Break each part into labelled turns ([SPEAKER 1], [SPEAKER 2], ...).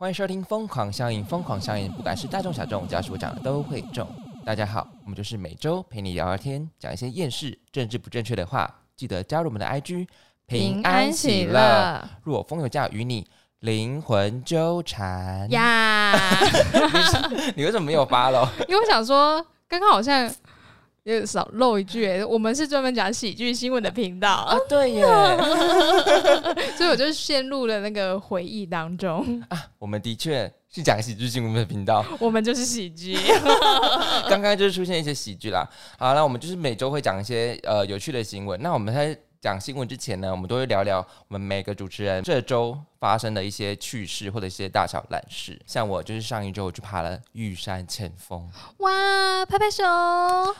[SPEAKER 1] 欢迎收听《疯狂效应》，疯狂效应，不管是大众小众，只要是我讲的都会中。大家好，我们就是每周陪你聊聊天，讲一些厌世、政治不正确的话。记得加入我们的 IG，若风有假与你灵魂纠缠。
[SPEAKER 2] 呀！
[SPEAKER 1] 你为什么没有发喽？
[SPEAKER 2] 因为我想说，刚刚好像有点少漏一句欸、我们是专门讲喜剧新闻的频
[SPEAKER 1] 啊
[SPEAKER 2] 道，，
[SPEAKER 1] 对耶，
[SPEAKER 2] 所以我就陷入了那个回忆当中。
[SPEAKER 1] 我们的确是讲喜剧新闻的频道，
[SPEAKER 2] 我们就是喜剧，
[SPEAKER 1] 刚刚就是出现一些喜剧啦。好，那我们就是每周会讲一些呃有趣的新闻。那我们在讲新闻之前呢，我们都会聊聊我们每个主持人这周发生的一些趣事或者一些大小烂事。像我就是上一周我去爬了玉山前峰，
[SPEAKER 2] 哇！拍拍手，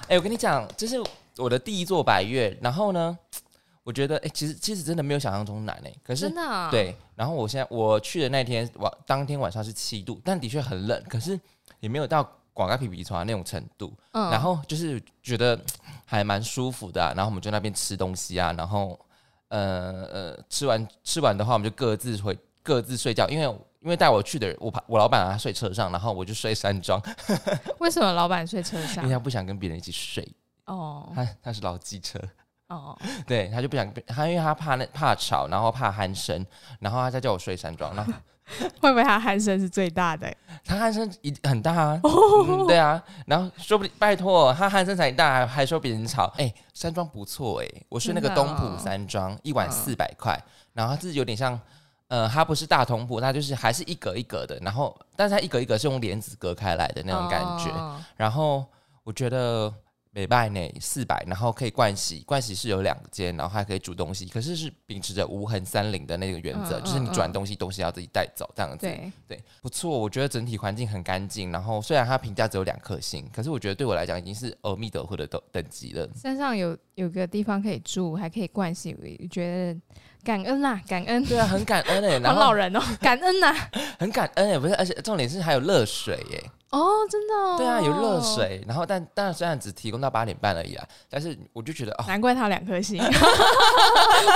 [SPEAKER 1] 哎、我跟你讲，这是我的第一座百越。然后呢，我觉得哎、其实其实真的没有想象中难哎、可是
[SPEAKER 2] 真的、啊，
[SPEAKER 1] 对，然后我现在我去的那天晚，当天晚上是七度，但的确很冷，可是也没有到广告皮皮床那种程度。
[SPEAKER 2] 嗯
[SPEAKER 1] 然后就是觉得还蛮舒服的啊、然后我们就那边吃东西啊，然后呃呃，吃完吃完的话，我们就各自回各自睡觉，因为因为带我去的人，我怕我老板啊睡车上，然后我就睡山庄，
[SPEAKER 2] 为什么老板睡车
[SPEAKER 1] 因
[SPEAKER 2] 上
[SPEAKER 1] 为？他不想跟别人一起睡，
[SPEAKER 2] 啊哦
[SPEAKER 1] 他他是老机车，
[SPEAKER 2] 哦，
[SPEAKER 1] 对，他就不想被他，因为他怕那怕吵，然后怕鼾声，然后他再叫我睡山庄，然后
[SPEAKER 2] 会不会他鼾声是最大的欸、
[SPEAKER 1] 他鼾声一很大啊、
[SPEAKER 2] 哦
[SPEAKER 1] 嗯对啊，然后说不定拜托他鼾声才大，还还说别人吵。哎、山庄不错哎、我睡那个
[SPEAKER 2] 真的
[SPEAKER 1] 东
[SPEAKER 2] 哦
[SPEAKER 1] 浦山庄，一晚
[SPEAKER 2] 嗯
[SPEAKER 1] 四百块，然后它是有点像，呃，它不是大通铺，它就是还是一格一格的，然后但是它一格一格是用帘子隔开来的那种感觉。
[SPEAKER 2] 哦
[SPEAKER 1] 然后我觉得美拜呢四百，然后可以盥洗，盥洗室有两间，然后还可以煮东西，可是是秉持着无痕三零的那个原则，
[SPEAKER 2] 嗯
[SPEAKER 1] 就是你
[SPEAKER 2] 嗯
[SPEAKER 1] 转
[SPEAKER 2] 嗯
[SPEAKER 1] 东西，东西要自己带走这样子。
[SPEAKER 2] 对，
[SPEAKER 1] 对，不错，我觉得整体环境很干净。然后虽然它评价只有两颗星，可是我觉得对我来讲已经是阿弥陀佛的等等级了。
[SPEAKER 2] 山上有有个地方可以住，还可以灌洗，我觉得感恩啦，感恩，
[SPEAKER 1] 对啊，很感恩 哎、然
[SPEAKER 2] 好老
[SPEAKER 1] 后
[SPEAKER 2] 人哦，感恩呐、
[SPEAKER 1] 很感恩哎、不是，而且重点是还有热水耶、
[SPEAKER 2] 哦，真的、哦，
[SPEAKER 1] 对啊，有热，水。然后但当然虽然只提供到八点半而已啊，但是我就觉 得哦，
[SPEAKER 2] 难怪他两颗 星，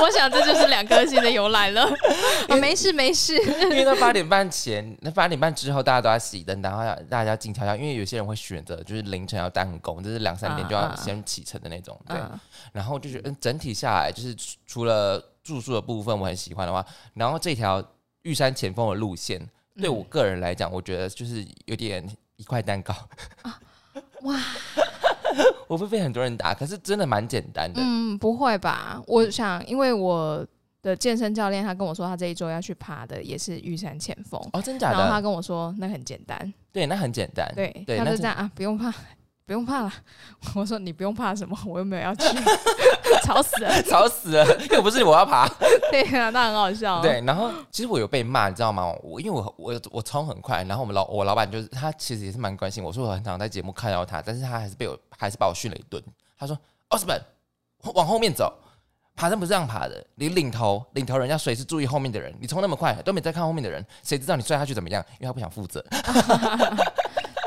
[SPEAKER 2] 我想这就是两颗星的由来 了。啊、没事没事，
[SPEAKER 1] 因为到八点半前，那八点半之后大家都要熄灯，然后要大家要静悄悄，因为有些人会选择就是凌晨要单工，就是两三点就
[SPEAKER 2] 啊
[SPEAKER 1] 要
[SPEAKER 2] 啊啊
[SPEAKER 1] 先启程的那种。对，
[SPEAKER 2] 嗯，
[SPEAKER 1] 然后就觉得嗯整体下来，就是除除了住宿的部分我很喜欢的话，然后这条玉山前锋的路线，
[SPEAKER 2] 嗯
[SPEAKER 1] 对我个人来讲，我觉得就是有点一块蛋糕。
[SPEAKER 2] 啊哇，
[SPEAKER 1] 我会被很多人打，可是真的蛮简单的。
[SPEAKER 2] 嗯，不会吧？我想，因为我的健身教练他跟我说，他这一周要去爬的也是玉山前锋，
[SPEAKER 1] 哦，真假
[SPEAKER 2] 然后他
[SPEAKER 1] 的？
[SPEAKER 2] 跟我说那很简单，
[SPEAKER 1] 对，那很简单。
[SPEAKER 2] 对，
[SPEAKER 1] 对
[SPEAKER 2] 他
[SPEAKER 1] 那
[SPEAKER 2] 就是这样啊，不用怕，不用怕了。 我说你不用怕什么，我又没 有要去，吵死 了。
[SPEAKER 1] 吵死了，又不是我要爬。
[SPEAKER 2] 对啊，那很好笑、哦。
[SPEAKER 1] 对，然后其实我有被骂，你知道吗？我因为我我我冲很快，然后我们老我老板就是他其实也是蛮关心我，说我很常在节目看到他，但是他还是被我还是把我训了一顿。他说：“奥斯本，往后面走，爬山不是这样爬的，你领头领头人要随时注意后面的人，你冲那么快都没在看后面的人，谁知道你摔下去怎么样？因为他不想负责。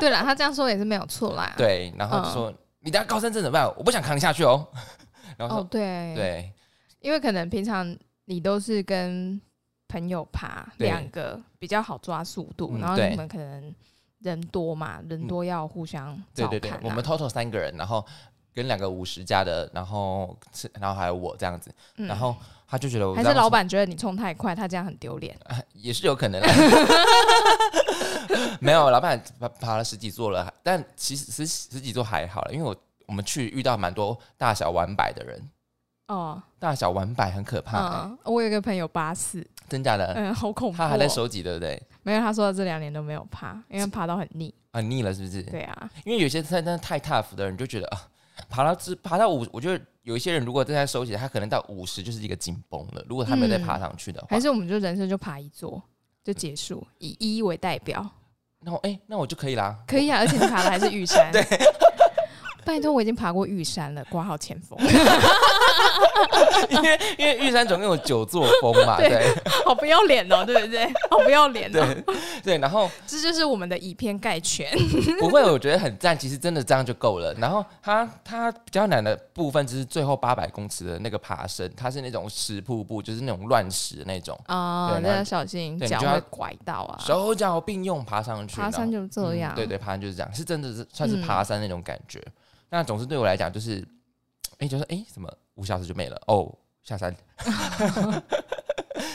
[SPEAKER 2] 对了，他这样说也是没有错啦。，
[SPEAKER 1] 对，然
[SPEAKER 2] 嗯
[SPEAKER 1] 后就说、你等下高山症怎么办？我不想扛下去哦。 然后
[SPEAKER 2] 哦
[SPEAKER 1] 说、
[SPEAKER 2] 对，
[SPEAKER 1] 对
[SPEAKER 2] 因为可能平常你都是跟朋友爬
[SPEAKER 1] 对
[SPEAKER 2] 两个比较好抓速度，
[SPEAKER 1] 嗯
[SPEAKER 2] 然后
[SPEAKER 1] 对嗯
[SPEAKER 2] 你们可能人多嘛，人多要互相
[SPEAKER 1] 对
[SPEAKER 2] 照
[SPEAKER 1] 对
[SPEAKER 2] 看、
[SPEAKER 1] 对
[SPEAKER 2] 啊，
[SPEAKER 1] 我们 total 三个人，然后跟两个五十加的，然后是然后还有我这样子。
[SPEAKER 2] 嗯
[SPEAKER 1] 然后他就觉得我
[SPEAKER 2] 还
[SPEAKER 1] 这
[SPEAKER 2] 是
[SPEAKER 1] 样
[SPEAKER 2] 老板觉得你冲太快，他这样很丢脸。
[SPEAKER 1] 说 也是有可能的，没有老板爬爬了十几座了，但其实十十几座还好了，因为我我们去遇到蛮多大小玩百的人，
[SPEAKER 2] 哦，
[SPEAKER 1] 大小玩百很可怕、欸
[SPEAKER 2] 嗯，我有一个朋友八四，
[SPEAKER 1] 真假的？
[SPEAKER 2] 嗯，好恐怖、
[SPEAKER 1] 他还在，收集，对不对？
[SPEAKER 2] 没有，他说他这两年都没有爬，因为爬到很腻。
[SPEAKER 1] 很腻了是不是？
[SPEAKER 2] 对啊，
[SPEAKER 1] 因为有些真的太 tough 的人就觉得啊，爬到至爬到五，我觉得有一些人如果正在收集，他可能到五十就是一个紧绷了。如果他没有再爬上去的话，
[SPEAKER 2] 嗯还是我们就人生就爬一座就结束，以一为代表。
[SPEAKER 1] 那我哎、那我就可以啦。
[SPEAKER 2] 可以啊，而且你 爬的还是玉山。对，拜托，我已经爬过玉山了，挂号前锋。
[SPEAKER 1] 因为因为玉山总共有九座峰嘛，
[SPEAKER 2] 对
[SPEAKER 1] 对
[SPEAKER 2] 好不要脸哦，对不 对？好不要脸哦，
[SPEAKER 1] 对 对，然后
[SPEAKER 2] 这就是我们的以偏概全。
[SPEAKER 1] 不会，我觉得很赞，其实真的这样就够了。然后它它比较难的部分就是最后八百公尺的那个爬升，它是那种石瀑布，就是那种乱石那种，
[SPEAKER 2] 啊，
[SPEAKER 1] 对
[SPEAKER 2] 那
[SPEAKER 1] 然后
[SPEAKER 2] 要小心
[SPEAKER 1] 对你
[SPEAKER 2] 脚
[SPEAKER 1] 就要
[SPEAKER 2] 会拐到啊！
[SPEAKER 1] 手脚并用爬上去，
[SPEAKER 2] 爬山
[SPEAKER 1] 然后
[SPEAKER 2] 就这样，
[SPEAKER 1] 啊嗯对对，爬山就是这样，是真的是算是
[SPEAKER 2] 嗯
[SPEAKER 1] 爬山那种感觉。那总之对我来讲就是，哎、就是哎、怎么五小时就没了？哦，下山，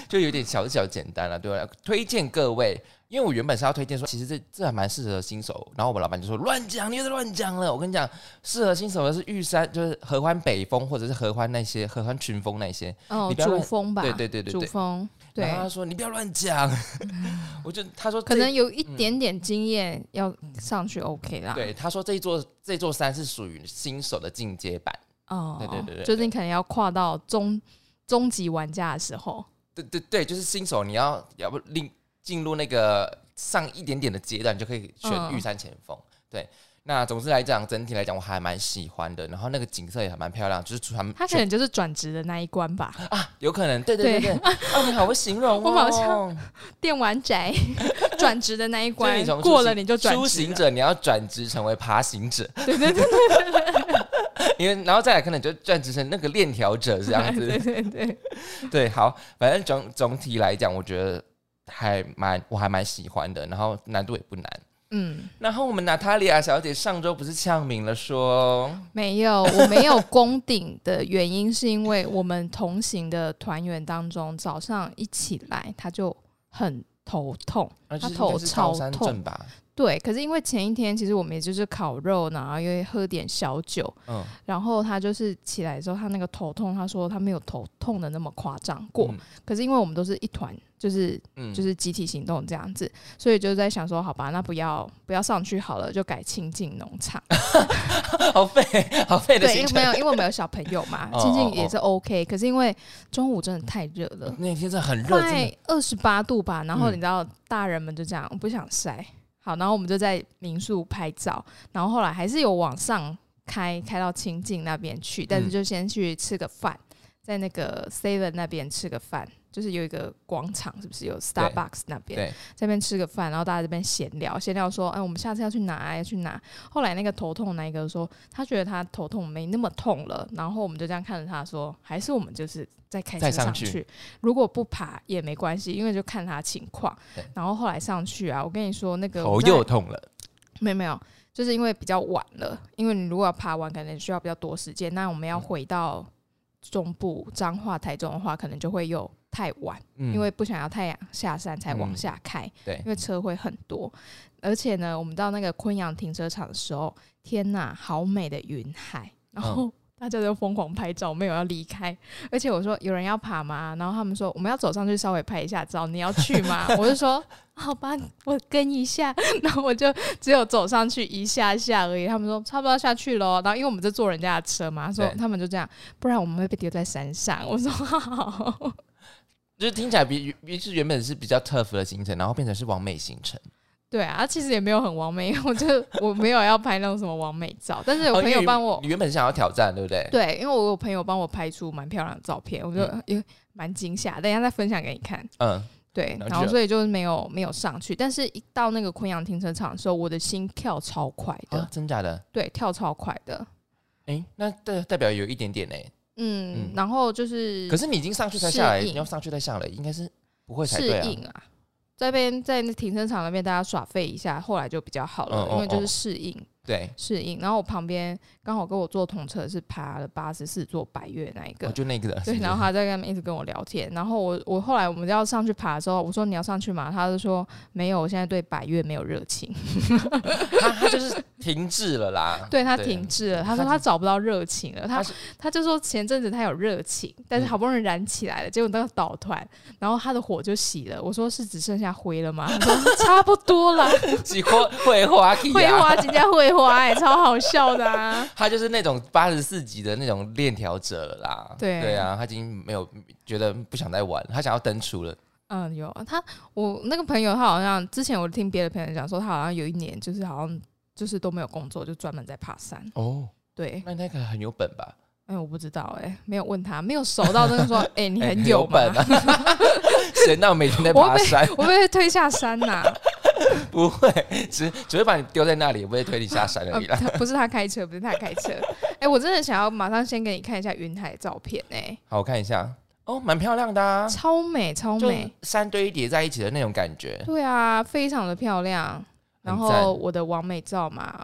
[SPEAKER 1] 就有点小小简单了、对我来推荐各位，因为我原本是要推荐说，其实这这还蛮适合新手。然后我们老板就说乱讲，你又在乱讲了。我跟你讲，适合新手的是玉山，就是合欢北峰或者是合欢那些合欢群峰那些。
[SPEAKER 2] 哦
[SPEAKER 1] 你，不要
[SPEAKER 2] 主
[SPEAKER 1] 乱
[SPEAKER 2] 峰吧，
[SPEAKER 1] 对对对对
[SPEAKER 2] 主
[SPEAKER 1] 对。
[SPEAKER 2] 峰，对
[SPEAKER 1] 然，后他说你不要乱讲， 我就他说
[SPEAKER 2] 可
[SPEAKER 1] 这
[SPEAKER 2] 能有一点点经验要上去 OK 啦。
[SPEAKER 1] 嗯对，他说这一座这座山是属于新手的进阶版。
[SPEAKER 2] 哦，
[SPEAKER 1] 对对对对
[SPEAKER 2] 就是你可能要跨到中中级玩家的时候，
[SPEAKER 1] 对对对，就是新手你要要不另进入那个上一点点的阶段，你就可以选
[SPEAKER 2] 嗯
[SPEAKER 1] 玉山前锋。对，那总之来讲，整体来讲我还蛮喜欢的，然后那个景色也还蛮漂亮，就是船
[SPEAKER 2] 他可能就是转职的那一关 吧，
[SPEAKER 1] 啊，有可能，对对对对，哦，你好会形容哦，
[SPEAKER 2] 我好像电玩 宅转职的那一
[SPEAKER 1] 就是
[SPEAKER 2] 关
[SPEAKER 1] 你从
[SPEAKER 2] 过
[SPEAKER 1] 出
[SPEAKER 2] 了，
[SPEAKER 1] 行
[SPEAKER 2] 你就转
[SPEAKER 1] 出
[SPEAKER 2] 职
[SPEAKER 1] 行
[SPEAKER 2] 了。
[SPEAKER 1] 者，你要转职成为爬行者，
[SPEAKER 2] 对对对
[SPEAKER 1] 因为然后再来可能就转职成那个链条者这样子，
[SPEAKER 2] 对对对，
[SPEAKER 1] 对，好，反正总总体来讲，我觉得还蛮我还蛮喜欢的，然后难度也不难。
[SPEAKER 2] 嗯，
[SPEAKER 1] 然后我们娜塔莉亚小姐上周不是呛名了说，
[SPEAKER 2] 没有，我没有攻顶的原因是因为我们同行的团员当中，早上一起来他就很头痛，
[SPEAKER 1] 啊
[SPEAKER 2] 她
[SPEAKER 1] 就是
[SPEAKER 2] 头
[SPEAKER 1] 应该是
[SPEAKER 2] 超
[SPEAKER 1] 高山
[SPEAKER 2] 痛
[SPEAKER 1] 症吧？
[SPEAKER 2] 对，可是因为前一天其实我们也就是烤肉，然后又喝点小酒，
[SPEAKER 1] 嗯，
[SPEAKER 2] 然后他就是起来之后，他那个头痛，他说他没有头痛的那么夸张过。
[SPEAKER 1] 嗯
[SPEAKER 2] 可是因为我们都是一团，就是
[SPEAKER 1] 嗯，
[SPEAKER 2] 就是集体行动这样子，所以就在想说，好吧，那不要不要上去好了，就改亲近农场。
[SPEAKER 1] 好废，好废的
[SPEAKER 2] 对，因
[SPEAKER 1] 行程。
[SPEAKER 2] 为没有，因为我们有小朋友嘛，
[SPEAKER 1] 哦
[SPEAKER 2] 亲
[SPEAKER 1] 哦
[SPEAKER 2] 近也
[SPEAKER 1] 哦
[SPEAKER 2] 是 OK。可是因为中午真的太热了。
[SPEAKER 1] 那天真的很热，真
[SPEAKER 2] 快
[SPEAKER 1] 的
[SPEAKER 2] 二十八度吧，然后
[SPEAKER 1] 嗯
[SPEAKER 2] 你知道大人们就这样我不想晒，好，然后我们就在民宿拍照，然后后来还是有往上开，开到清境那边去，但是
[SPEAKER 1] 嗯
[SPEAKER 2] 就先去吃个饭，在那个 Seven 那边吃个饭，就是有一个广场，是不是有 Starbucks 那边，
[SPEAKER 1] 对，
[SPEAKER 2] 在那边吃个饭，然后大家这边闲聊，闲聊说，哎，我们下次要去哪？要去哪？啊后来那个头痛那一个说，他觉得他头痛没那么痛了，然后我们就这样看着他说，还是我们就是再开车
[SPEAKER 1] 再上
[SPEAKER 2] 去，
[SPEAKER 1] 去
[SPEAKER 2] 如果不爬也没关系，因为就看他情况
[SPEAKER 1] 对。
[SPEAKER 2] 然后后来上去啊，我跟你说那个
[SPEAKER 1] 头
[SPEAKER 2] 我在
[SPEAKER 1] 又痛了。
[SPEAKER 2] 没有没有，就是因为比较晚了，因为你如果要爬完，可能需要比较多时间。那我
[SPEAKER 1] 嗯
[SPEAKER 2] 们要回到中部彰化、台中的话，可能就会又太晚。
[SPEAKER 1] 嗯
[SPEAKER 2] 因为不想要太阳下山才往
[SPEAKER 1] 嗯
[SPEAKER 2] 下开，
[SPEAKER 1] 对
[SPEAKER 2] 因为车会很多，而且呢，我们到那个昆阳停车场的时候，天呐，好美的云海，然后。大家都疯狂拍照，没有要离开。而且我说有人要爬吗？然后他们说我们要走上去稍微拍一下照，你要去吗？ 我就说好吧，我跟一下。然后我就只有走上去一下下而已。他们说差不多要下去咯。然后因为我们就坐人家的车嘛，说
[SPEAKER 1] 对
[SPEAKER 2] 他们就这样，不然我们会被丢在山上。我说 好。
[SPEAKER 1] 就是听起来比比是原本是比较 tough 的行程，然后变成是完美行程。
[SPEAKER 2] 对啊，其实也没有很完美， 因为我就我没有要拍那种什么完美照，但是有
[SPEAKER 1] 哦
[SPEAKER 2] 朋
[SPEAKER 1] 因为
[SPEAKER 2] 友
[SPEAKER 1] 你
[SPEAKER 2] 帮我，
[SPEAKER 1] 你原本是想要挑战，对不对？
[SPEAKER 2] 对，因为我有朋友帮我拍出蛮漂亮的照片，我就也蛮惊吓，等一下再分享给你看。
[SPEAKER 1] 嗯，
[SPEAKER 2] 对，
[SPEAKER 1] 了
[SPEAKER 2] 然后
[SPEAKER 1] 解
[SPEAKER 2] 所以就是没有没有上去，但是一到那个昆阳停车场的时候，我的心跳超快的，
[SPEAKER 1] 啊，真假的？
[SPEAKER 2] 对，跳超快的，
[SPEAKER 1] 哎，那代代表有一点点呢。
[SPEAKER 2] 嗯，
[SPEAKER 1] 嗯
[SPEAKER 2] 然后就是
[SPEAKER 1] 可是你已经上去才下来，
[SPEAKER 2] 适应
[SPEAKER 1] 你要上去再下来，应该是不会才
[SPEAKER 2] 适
[SPEAKER 1] 对啊。
[SPEAKER 2] 应啊，这边在那停车场那边大家耍废一下，后来就比较好了，
[SPEAKER 1] 哦哦
[SPEAKER 2] 因为就
[SPEAKER 1] 哦
[SPEAKER 2] 是适应。
[SPEAKER 1] 对，
[SPEAKER 2] 适应。然后我旁边刚好跟我坐同车的是爬了八十四座百越那一个
[SPEAKER 1] 我，哦就那个的。
[SPEAKER 2] 对，然后他在那边一直跟我聊天。然后我我后来我们要上去爬的时候，我说你要上去吗？他就说没有，我现在对百越没有热 情。
[SPEAKER 1] 他他就是停滞了啦。
[SPEAKER 2] 对他
[SPEAKER 1] 对
[SPEAKER 2] 停滞了，
[SPEAKER 1] 对
[SPEAKER 2] 他说
[SPEAKER 1] 他
[SPEAKER 2] 他找不到热情了。他
[SPEAKER 1] 他是
[SPEAKER 2] 他就说前阵子他有热情，但
[SPEAKER 1] 嗯
[SPEAKER 2] 是好不容易燃起来了，结果那个导团，然后他的火就熄了。我说是只剩下灰了吗？他 说差不多啦，
[SPEAKER 1] 几花会花季
[SPEAKER 2] 灰
[SPEAKER 1] 啊，
[SPEAKER 2] 花人家灰花、欸，超好笑的啊。
[SPEAKER 1] 他就是那种八十四级的那种链条者了啦。
[SPEAKER 2] 对
[SPEAKER 1] 对啊，他已经没有觉得不想再玩，他想要登出了。
[SPEAKER 2] 嗯，有他，我那个朋友，他好像之前我听别的朋友讲说，他好像有一年就是好像就是都没有工作，就专门在爬山。
[SPEAKER 1] 哦，
[SPEAKER 2] 对，
[SPEAKER 1] 那那个很有本吧？
[SPEAKER 2] 哎，我不知道哎、没有问他，没有熟到 那个说，哎、你
[SPEAKER 1] 嗯哎
[SPEAKER 2] 很
[SPEAKER 1] 很
[SPEAKER 2] 有吗
[SPEAKER 1] 本？啊！ 谁那我每天在
[SPEAKER 2] 我
[SPEAKER 1] 爬
[SPEAKER 2] 被
[SPEAKER 1] 山？
[SPEAKER 2] 我被推下山 呐、
[SPEAKER 1] 不会，只只会把你丢在那里，也不会推你下山
[SPEAKER 2] 呃
[SPEAKER 1] 而已啦。
[SPEAKER 2] 他不是他开车，不是他开车。哎、我真的想要马上先给你看一下云海照片哎、
[SPEAKER 1] 好，我看一下，哦，蛮漂亮的啊，
[SPEAKER 2] 超美超
[SPEAKER 1] 就
[SPEAKER 2] 美，
[SPEAKER 1] 山堆叠在一起的那种感觉。
[SPEAKER 2] 对啊，非常的漂亮。然
[SPEAKER 1] 很赞
[SPEAKER 2] 后我的完美照 嘛，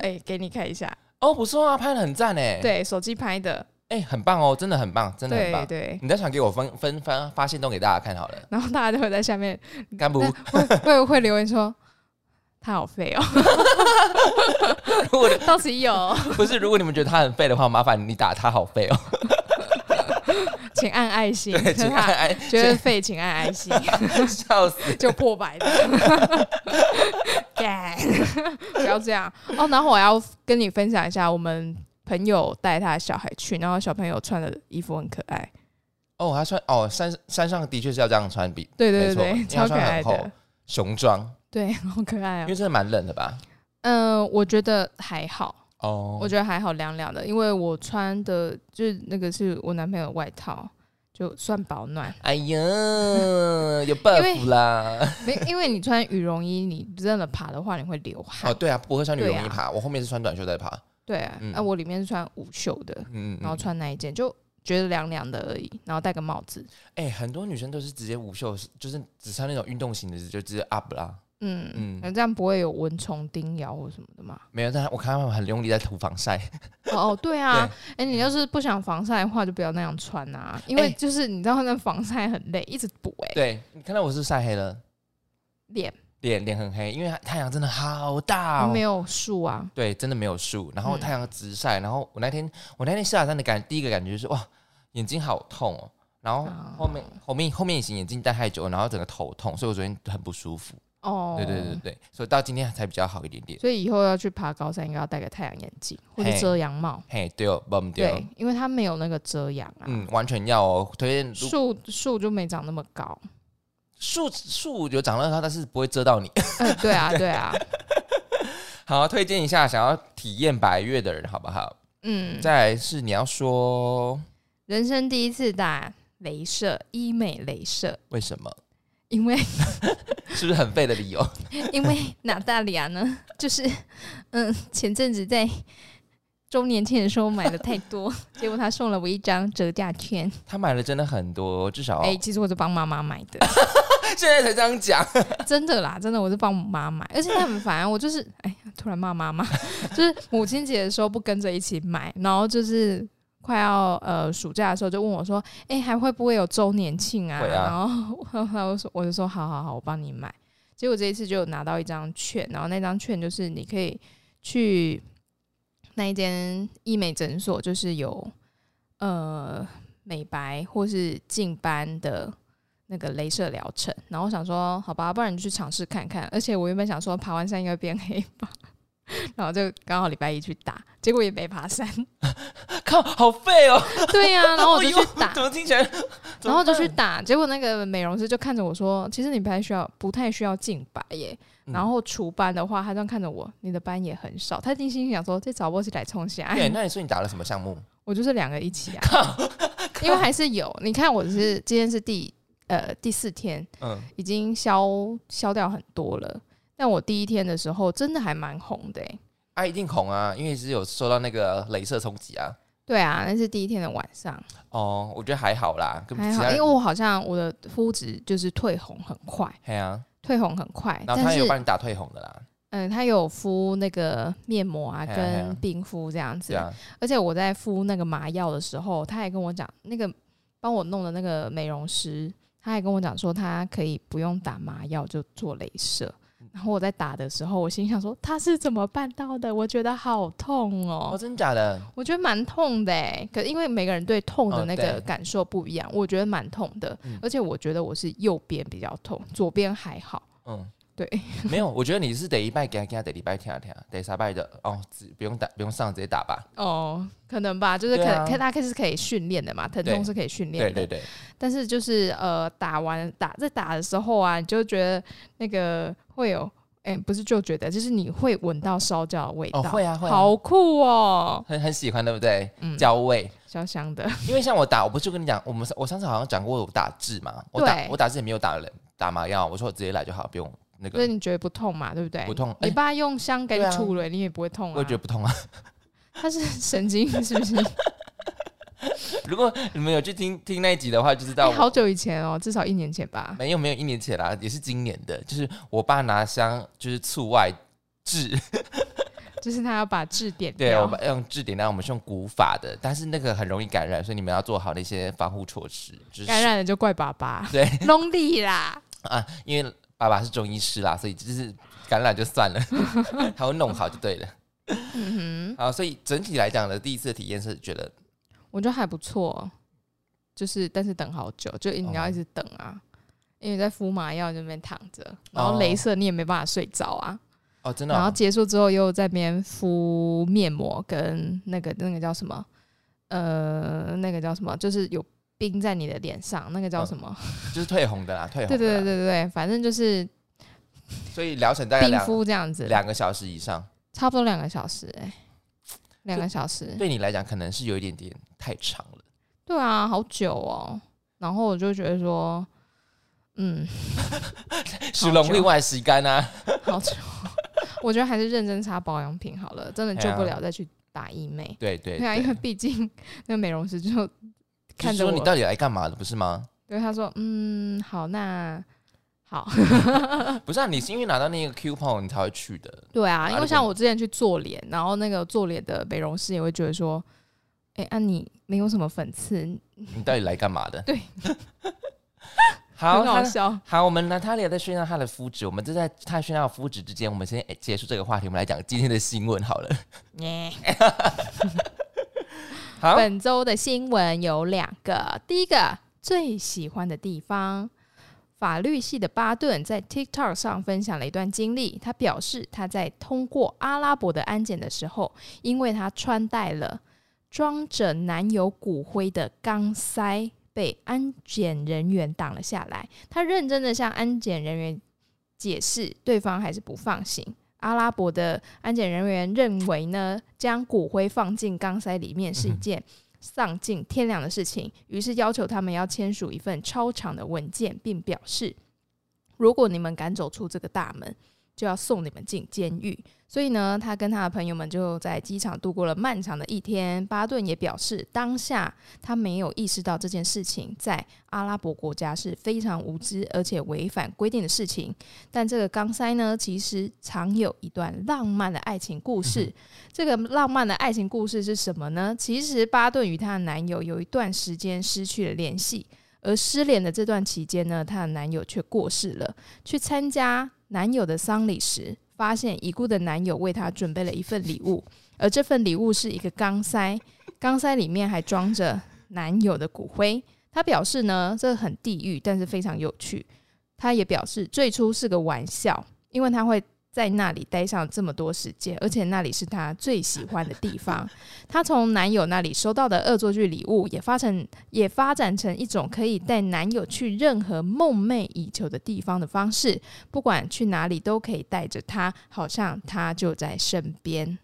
[SPEAKER 2] 哎、给你看一下，
[SPEAKER 1] 哦，不错啊，拍的很赞哎，，
[SPEAKER 2] 对手机拍的，
[SPEAKER 1] 哎，很棒哦，真的很棒，真的很
[SPEAKER 2] 对
[SPEAKER 1] 棒。
[SPEAKER 2] 对。
[SPEAKER 1] 你再传给我分分发发现动给大家看好 了，
[SPEAKER 2] 然后大家就会在下面
[SPEAKER 1] 干不？
[SPEAKER 2] 会会留言说他好废哦，
[SPEAKER 1] 如果你
[SPEAKER 2] 到此一游，
[SPEAKER 1] 不是，如果你们觉得他很废的话，麻烦你打他好废 哦。
[SPEAKER 2] 请按爱心，
[SPEAKER 1] 对，请按爱，
[SPEAKER 2] 觉得废请按 爱心，
[SPEAKER 1] 请笑死。
[SPEAKER 2] 就破百的。干不要这样哦！然后我要跟你分享一下，我们朋友带他的小孩去，然后小朋友穿的衣服很可爱，
[SPEAKER 1] 哦，他穿哦，山山上的确是要这样穿，比
[SPEAKER 2] 对对
[SPEAKER 1] 没
[SPEAKER 2] 对
[SPEAKER 1] 错，因为
[SPEAKER 2] 对，
[SPEAKER 1] 他
[SPEAKER 2] 超可
[SPEAKER 1] 穿
[SPEAKER 2] 爱
[SPEAKER 1] 很厚
[SPEAKER 2] 的，
[SPEAKER 1] 熊装，
[SPEAKER 2] 对，好可爱
[SPEAKER 1] 因
[SPEAKER 2] 哦。
[SPEAKER 1] 为真的蛮冷的吧？
[SPEAKER 2] 嗯、我觉得还好，
[SPEAKER 1] 哦，
[SPEAKER 2] 我觉得还好，凉凉的，因为我穿的就是那个是我男朋友的外套，就算保暖。
[SPEAKER 1] 哎 呀，有 buff 啦！
[SPEAKER 2] 没，因为你穿羽绒衣，你真的爬的话，你会流 汗。
[SPEAKER 1] 哦，对啊，不会穿羽绒衣
[SPEAKER 2] 对啊
[SPEAKER 1] 爬，我后面是穿短袖在爬。
[SPEAKER 2] 对啊，那、
[SPEAKER 1] 嗯
[SPEAKER 2] 我里面是穿无袖的，
[SPEAKER 1] 嗯，嗯
[SPEAKER 2] 然后
[SPEAKER 1] 嗯
[SPEAKER 2] 穿那一件，就觉得凉凉的而已，然后戴个帽子。
[SPEAKER 1] 哎、很多女生都是直接无袖，就是只穿那种运动型的，就直接 up 啦。
[SPEAKER 2] 嗯
[SPEAKER 1] 嗯
[SPEAKER 2] 嗯，那这样不会有蚊虫叮咬或什么的嘛？
[SPEAKER 1] 没有，但我看他们很用力在涂防晒。
[SPEAKER 2] 哦哦，对啊，哎、你要是不想防晒的话，就不要那样穿啊，因
[SPEAKER 1] 哎
[SPEAKER 2] 为就是你知道那防晒很累，一直补哎、
[SPEAKER 1] 对，你看到我是不是晒黑了，
[SPEAKER 2] 脸、
[SPEAKER 1] 脸脸很黑，因为太阳真的好大、哦
[SPEAKER 2] 没。有树啊，
[SPEAKER 1] 对，真的没有树，然后
[SPEAKER 2] 嗯
[SPEAKER 1] 太阳直晒，然后我那天我那天下山的感第一个感觉就是哇，眼睛好痛哦，然后
[SPEAKER 2] 啊
[SPEAKER 1] 后面、后面后面隐形眼镜戴太久，然后整个头痛，所以我昨天很不舒服。
[SPEAKER 2] 哦，
[SPEAKER 1] 对对对对，所以到今天才比较好一点点。
[SPEAKER 2] 所以以后要去爬高山，应该要戴个太阳眼镜或者
[SPEAKER 1] 嘿
[SPEAKER 2] 遮阳帽。
[SPEAKER 1] 嘿，对哦，不对哦
[SPEAKER 2] 对，，因为它没有那个遮阳啊。
[SPEAKER 1] 嗯，完全要哦，推荐如
[SPEAKER 2] 树树就没长那么高，
[SPEAKER 1] 树树有长得高，但是不会遮到你。
[SPEAKER 2] 嗯、对啊，对啊，
[SPEAKER 1] 好，推荐一下想要体验白月的人，好不好？
[SPEAKER 2] 嗯，
[SPEAKER 1] 再来是你要说
[SPEAKER 2] 人生第一次打镭射，医美镭射，
[SPEAKER 1] 为什么，
[SPEAKER 2] 因为
[SPEAKER 1] 是不是很废的理由？
[SPEAKER 2] 因为哪大里啊呢，就是嗯，前阵子在周年庆的时候买的太多，结果他送了我一张折价券，
[SPEAKER 1] 他买了真的很多，至少、
[SPEAKER 2] 哎、其实我是帮妈妈买的，
[SPEAKER 1] 现在才这样讲。
[SPEAKER 2] 真的啦，真的我是帮我妈买，而且她很烦，我就是哎呀，突然骂妈 妈，就是母亲节的时候不跟着一起买，然后就是快要呃暑假的时候就问我说，哎、还会不会有周年庆啊？
[SPEAKER 1] 会啊
[SPEAKER 2] 然后然后我 说我就说好好好，我帮你买。结果这一次就有拿到一张券，然后那张券就是你可以去那一间医美诊所，就是有呃美白或是净斑的那个镭射疗程。然后我想说，好吧，不然你去尝试看看。而且我原本想说，爬完山应该会变黑吧，然后就刚好礼拜一去打，结果也没爬山。
[SPEAKER 1] 靠，好废哦！
[SPEAKER 2] 对呀、然后我就
[SPEAKER 1] 哎
[SPEAKER 2] 去
[SPEAKER 1] 呦
[SPEAKER 2] 打
[SPEAKER 1] 怎。么听起来？
[SPEAKER 2] 然后就去
[SPEAKER 1] 怎么办
[SPEAKER 2] 打，结果那个美容师就看着我说：“其实你不太需要，不太需要净白耶。
[SPEAKER 1] 嗯
[SPEAKER 2] 然后除斑的话，他这样看着我，你的斑也很少。他一定心里想说：“这找我是来冲下
[SPEAKER 1] 对，，哎那你说你打了什么项目？
[SPEAKER 2] 我就是两个一起啊。”因为还是有，你看我是今天是第呃第四天，
[SPEAKER 1] 嗯，
[SPEAKER 2] 已经消消掉很多了。但我第一天的时候真的还蛮红的、欸，
[SPEAKER 1] 啊，一定红啊，因为是有受到那个镭射冲击啊。
[SPEAKER 2] 对啊，那是第一天的晚上，
[SPEAKER 1] 哦，我觉得还好啦，跟
[SPEAKER 2] 还
[SPEAKER 1] 其
[SPEAKER 2] 好，
[SPEAKER 1] 他
[SPEAKER 2] 因为
[SPEAKER 1] 人。
[SPEAKER 2] 我好像我的肤质就是褪红很快，
[SPEAKER 1] 嘿啊，
[SPEAKER 2] 褪红很快，
[SPEAKER 1] 然后
[SPEAKER 2] 哎但
[SPEAKER 1] 他
[SPEAKER 2] 是
[SPEAKER 1] 有帮你打退红的啦，
[SPEAKER 2] 嗯，他有敷那个面膜啊，
[SPEAKER 1] 嘿啊嘿啊
[SPEAKER 2] 跟冰敷这样子。
[SPEAKER 1] 对啊，
[SPEAKER 2] 而且我在敷那个麻药的时候，他还跟我讲，那个帮我弄的那个美容师，他还跟我讲说，他可以不用打麻药就做镭射。然后我在打的时候，我心想说他是怎么办到的？我觉得好痛哦，
[SPEAKER 1] 哦，真假的，
[SPEAKER 2] 我觉得蛮痛的哎。可因为每个人对痛的
[SPEAKER 1] 嗯
[SPEAKER 2] 那个
[SPEAKER 1] 对
[SPEAKER 2] 感受不一样，我觉得蛮痛的
[SPEAKER 1] 嗯。
[SPEAKER 2] 而且我觉得我是右边比较痛，左边还好。
[SPEAKER 1] 嗯，
[SPEAKER 2] 对，
[SPEAKER 1] 没有，我觉得你是得一拜给他给他得礼拜听啊听啊，得三拜的哦，只不用打不用上直接打吧，
[SPEAKER 2] 哦，可能吧，就是可
[SPEAKER 1] 对啊
[SPEAKER 2] 可大概是可以训练的嘛，疼
[SPEAKER 1] 对
[SPEAKER 2] 痛是可以训练
[SPEAKER 1] 对
[SPEAKER 2] 的。
[SPEAKER 1] 对对，
[SPEAKER 2] 但是就是呃，打完打在打的时候啊，你就觉得那个会有哎、哎、不是就觉得，就是你会闻到烧焦的味道，
[SPEAKER 1] 哦会啊会啊
[SPEAKER 2] 好酷哦，
[SPEAKER 1] 很很喜欢，对不对？
[SPEAKER 2] 嗯，
[SPEAKER 1] 焦味，
[SPEAKER 2] 香香的，
[SPEAKER 1] 因为像我打，我不是跟你讲，我们我上次好像讲过我打字嘛，我打
[SPEAKER 2] 对
[SPEAKER 1] 我打字也没有打人打麻药，我说我直接来就好，不用那
[SPEAKER 2] 所以
[SPEAKER 1] 个，
[SPEAKER 2] 你觉得不痛嘛，对不对？
[SPEAKER 1] 不痛
[SPEAKER 2] 你
[SPEAKER 1] 哎
[SPEAKER 2] 爸用香给你
[SPEAKER 1] 对啊
[SPEAKER 2] 除了，你也不会痛啊。
[SPEAKER 1] 我也觉得不痛啊。
[SPEAKER 2] 他是神经是不是？
[SPEAKER 1] 如果你们有去听听 那一集的话，就知道
[SPEAKER 2] 哎
[SPEAKER 1] 我
[SPEAKER 2] 好久以前哦，至少一年前吧。
[SPEAKER 1] 没有没有一年前啦，也是今年的，就是我爸拿香就是醋外制，
[SPEAKER 2] 就是他要把痣点
[SPEAKER 1] 对
[SPEAKER 2] 掉。
[SPEAKER 1] 我们用制点料，我们是用古法的，但是那个很容易感染，所以你们要做好那些防护措施，就是
[SPEAKER 2] 感染了就怪爸爸，
[SPEAKER 1] 对
[SPEAKER 2] 弄力啦。
[SPEAKER 1] 啊，因为爸爸是中医师啦，所以就是感染就算 了，他会弄好就对了。
[SPEAKER 2] 嗯
[SPEAKER 1] 好，所以整体来讲呢，第一次的体验是觉得
[SPEAKER 2] 哼，我觉得还不错，就是但是等好久，就你要一直等啊，因为你在敷麻药就那边躺着，然后
[SPEAKER 1] 哦
[SPEAKER 2] 镭射你也没办法睡着啊，
[SPEAKER 1] 哦，真的
[SPEAKER 2] 然后
[SPEAKER 1] 哦、
[SPEAKER 2] 结束之后又在那边敷面膜跟那个那个叫什么，呃，那个叫什么，就是有冰在你的脸上，那个叫
[SPEAKER 1] 嗯
[SPEAKER 2] 什么？
[SPEAKER 1] 就是退红的啦，退 红的
[SPEAKER 2] 对
[SPEAKER 1] 啦
[SPEAKER 2] 对对对对，反正就是
[SPEAKER 1] 所以疗程大概
[SPEAKER 2] 冰
[SPEAKER 1] 两
[SPEAKER 2] 敷这样子，
[SPEAKER 1] 两个小时以上，
[SPEAKER 2] 差不多两个小时、欸，两个小时，
[SPEAKER 1] 对你来讲可能是有一点点太长了。
[SPEAKER 2] 对啊，好久哦。然后我就觉得说， 嗯，
[SPEAKER 1] 使龙另外吸干啊，
[SPEAKER 2] 好久，我觉得还是认真擦保养品好了，真的救不了再去打医美。
[SPEAKER 1] 对哎对
[SPEAKER 2] 对啊，因为毕竟那个美容 师就看
[SPEAKER 1] 就是
[SPEAKER 2] 着
[SPEAKER 1] 说你
[SPEAKER 2] 我，
[SPEAKER 1] 到底来干嘛的，不是吗？
[SPEAKER 2] 对他说，嗯，好，那好，
[SPEAKER 1] 不是啊，你是因为拿到那个 coupon 你才会去的，
[SPEAKER 2] 对
[SPEAKER 1] 啊
[SPEAKER 2] 啊，因为
[SPEAKER 1] 如
[SPEAKER 2] 像
[SPEAKER 1] 果
[SPEAKER 2] 我之前去做脸，然后那个做脸的美容师也会觉得说，哎、啊你没有什么粉刺，
[SPEAKER 1] 你到底来干嘛的？
[SPEAKER 2] 对，
[SPEAKER 1] 好，
[SPEAKER 2] 很
[SPEAKER 1] 那
[SPEAKER 2] 好笑。
[SPEAKER 1] 好，我们娜塔莉亚在宣扬她的肤质，我们就在她宣扬肤质之间，我们先诶结束这个话题，我们来讲今天的新闻好了。
[SPEAKER 2] 耶
[SPEAKER 1] 好，
[SPEAKER 2] 本周的新闻有两个，第一个最喜欢的地方。法律系的巴顿在 TikTok 上分享了一段经历。他表示，他在通过阿拉伯的安检的时候，因为他穿戴了装着男友骨灰的钢塞，被安检人员挡了下来。他认真的向安检人员解释，对方还是不放行。阿拉伯的安检人员认为呢，将骨灰放进钢塞里面是一件丧尽天良的事情，于是要求他们要签署一份超长的文件，并表示，如果你们敢走出这个大门，就要送你们进监狱。所以呢，他跟他的朋友们就在机场度过了漫长的一天。巴顿也表示，当下他没有意识到这件事情在阿拉伯国家是非常无知而且违反规定的事情。但这个钢塞呢，其实藏有一段浪漫的爱情故事。这个浪漫的爱情故事是什么呢？其实巴顿与她的男友有一段时间失去了联系，而失联的这段期间呢，她的男友却过世了。去参加男友的丧礼时，发现已故的男友为她准备了一份礼物，而这份礼物是一个钢塞，钢塞里面还装着男友的骨灰。她表示呢，这很地狱，但是非常有趣。她也表示最初是个玩笑，因为她会在那里待上这么多时间，而且那里是她最喜欢的地方。她从男友那里收到的恶作剧礼物，也发成也发展成一种可以带男友去任何梦寐以求的地方的方式，不管去哪里都可以带着他，好像他就在身边，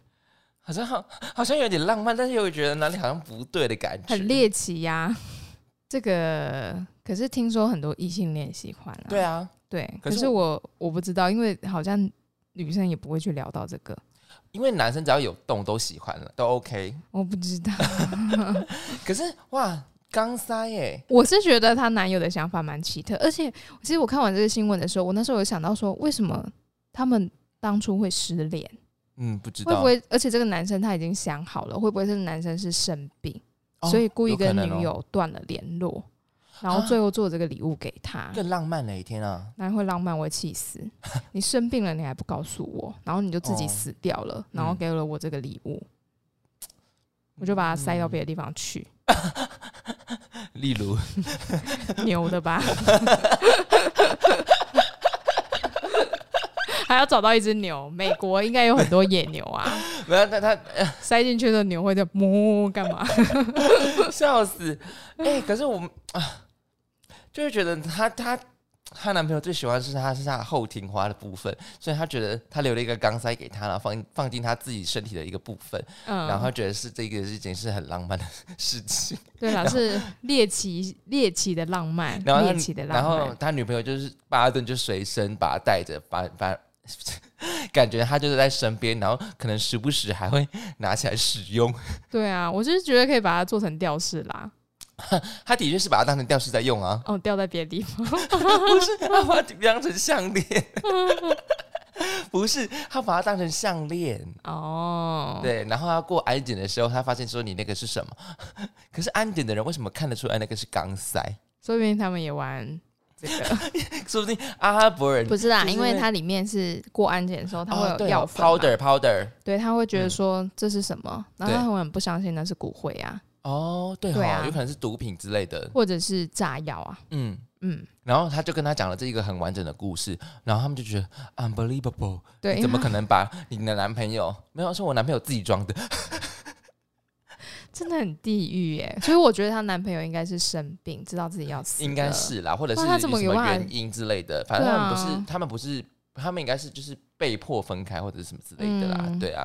[SPEAKER 1] 好像好，好像有点浪漫，但是又觉得哪里好像不对的感觉，
[SPEAKER 2] 很猎奇呀、 这个可是听说很多异性恋喜欢啊，
[SPEAKER 1] 对啊，
[SPEAKER 2] 对，
[SPEAKER 1] 可
[SPEAKER 2] 可
[SPEAKER 1] 是
[SPEAKER 2] 是我我不知道，因为好像女生也不会去聊到这个，
[SPEAKER 1] 因为男生只要有动都喜欢了，都 OK。
[SPEAKER 2] 我不知道。
[SPEAKER 1] 可是哇，钢塞耶，
[SPEAKER 2] 我是觉得她男友的想法蛮奇特，而且其实我看完这个新闻的时候，我那时候有想到说，为什么他们当初会失联？
[SPEAKER 1] 嗯，不知
[SPEAKER 2] 会
[SPEAKER 1] 道，
[SPEAKER 2] 不会？而且这个男生他已经想好了，会不会是男生是生病，
[SPEAKER 1] 哦
[SPEAKER 2] 所以故意
[SPEAKER 1] 有可
[SPEAKER 2] 跟
[SPEAKER 1] 能哦啊
[SPEAKER 2] 女友断了联络，然后最后做这个礼物给他？
[SPEAKER 1] 更浪漫了一天啊？
[SPEAKER 2] 那会浪漫，我会 气死！你生病了，你还不告诉我，然后你就自己
[SPEAKER 1] 哦
[SPEAKER 2] 死掉了，然后
[SPEAKER 1] 嗯
[SPEAKER 2] 给了我这个礼物，我就把它塞到别的地方去，
[SPEAKER 1] 例如，
[SPEAKER 2] 牛的吧？ 还要找到一只牛，美国应该有很多野牛啊，
[SPEAKER 1] 没有，他他
[SPEAKER 2] 塞进去的牛会在哞干嘛？
[SPEAKER 1] 笑死！哎、可是我们啊，就是觉得他他她男朋友最喜欢的是她是她后庭花的部分，所以她觉得她留了一个钢塞给她，然后放放进她自己身体的一个部分，
[SPEAKER 2] 嗯，
[SPEAKER 1] 然后她觉得是这个事情是很浪漫的事情。
[SPEAKER 2] 对啦，是猎奇猎奇的浪漫，
[SPEAKER 1] 然后
[SPEAKER 2] 猎奇
[SPEAKER 1] 他
[SPEAKER 2] 的
[SPEAKER 1] 然
[SPEAKER 2] 浪
[SPEAKER 1] 后
[SPEAKER 2] 漫，
[SPEAKER 1] 他女朋友就是巴顿就随身把他带着，把把感觉他就是在身边，然后可能时不时还会拿起来使用。
[SPEAKER 2] 对啊，我就是觉得可以把它做成吊饰啦，
[SPEAKER 1] 他的确是把它当成吊饰在用啊，
[SPEAKER 2] 哦，吊在别的地方，
[SPEAKER 1] 不是他把它当成项链，
[SPEAKER 2] 嗯
[SPEAKER 1] 不是他把它当成项链。
[SPEAKER 2] 哦，，
[SPEAKER 1] 对，然后他过安检的时候，他发现说你那个是什么？ 可是安检的人为什么看得出来那个是钢塞？
[SPEAKER 2] 说不定他们也玩这个，
[SPEAKER 1] 说不定阿拉伯人
[SPEAKER 2] 不是啊，
[SPEAKER 1] 就是
[SPEAKER 2] 因
[SPEAKER 1] 因
[SPEAKER 2] 为
[SPEAKER 1] 为
[SPEAKER 2] 它里面是过安检的时候，它会
[SPEAKER 1] 哦
[SPEAKER 2] 有
[SPEAKER 1] 对
[SPEAKER 2] 药
[SPEAKER 1] 哦
[SPEAKER 2] 粉嘛、
[SPEAKER 1] powder 嗯 powder
[SPEAKER 2] 对，他会觉得
[SPEAKER 1] 嗯
[SPEAKER 2] 说这是什么，然后
[SPEAKER 1] 对
[SPEAKER 2] 他们很不相信那是骨灰啊，
[SPEAKER 1] 哦，对
[SPEAKER 2] 对
[SPEAKER 1] 哦，
[SPEAKER 2] 啊
[SPEAKER 1] 有可能是毒品之类的。
[SPEAKER 2] 或者是炸药啊，
[SPEAKER 1] 嗯，
[SPEAKER 2] 嗯，
[SPEAKER 1] 然后他就跟他讲了这一个很完整的故事，然后他们就觉得啊 unbelievable，
[SPEAKER 2] 对，
[SPEAKER 1] 怎么
[SPEAKER 2] 因为
[SPEAKER 1] 可能把你的男朋友没有是我男朋友自己装 的？
[SPEAKER 2] 它真的很地狱耶、所以我觉得她男朋友应该是生病，知道自己要死，
[SPEAKER 1] 应该，是啦，或者是
[SPEAKER 2] 那他怎么
[SPEAKER 1] 有
[SPEAKER 2] 有
[SPEAKER 1] 什么
[SPEAKER 2] 办法
[SPEAKER 1] 原因之类的，反正
[SPEAKER 2] 对
[SPEAKER 1] 他
[SPEAKER 2] 啊
[SPEAKER 1] 们不是，他们不是，他们应该是就是被迫分开或者是什么之类的啦，
[SPEAKER 2] 嗯
[SPEAKER 1] 对啊。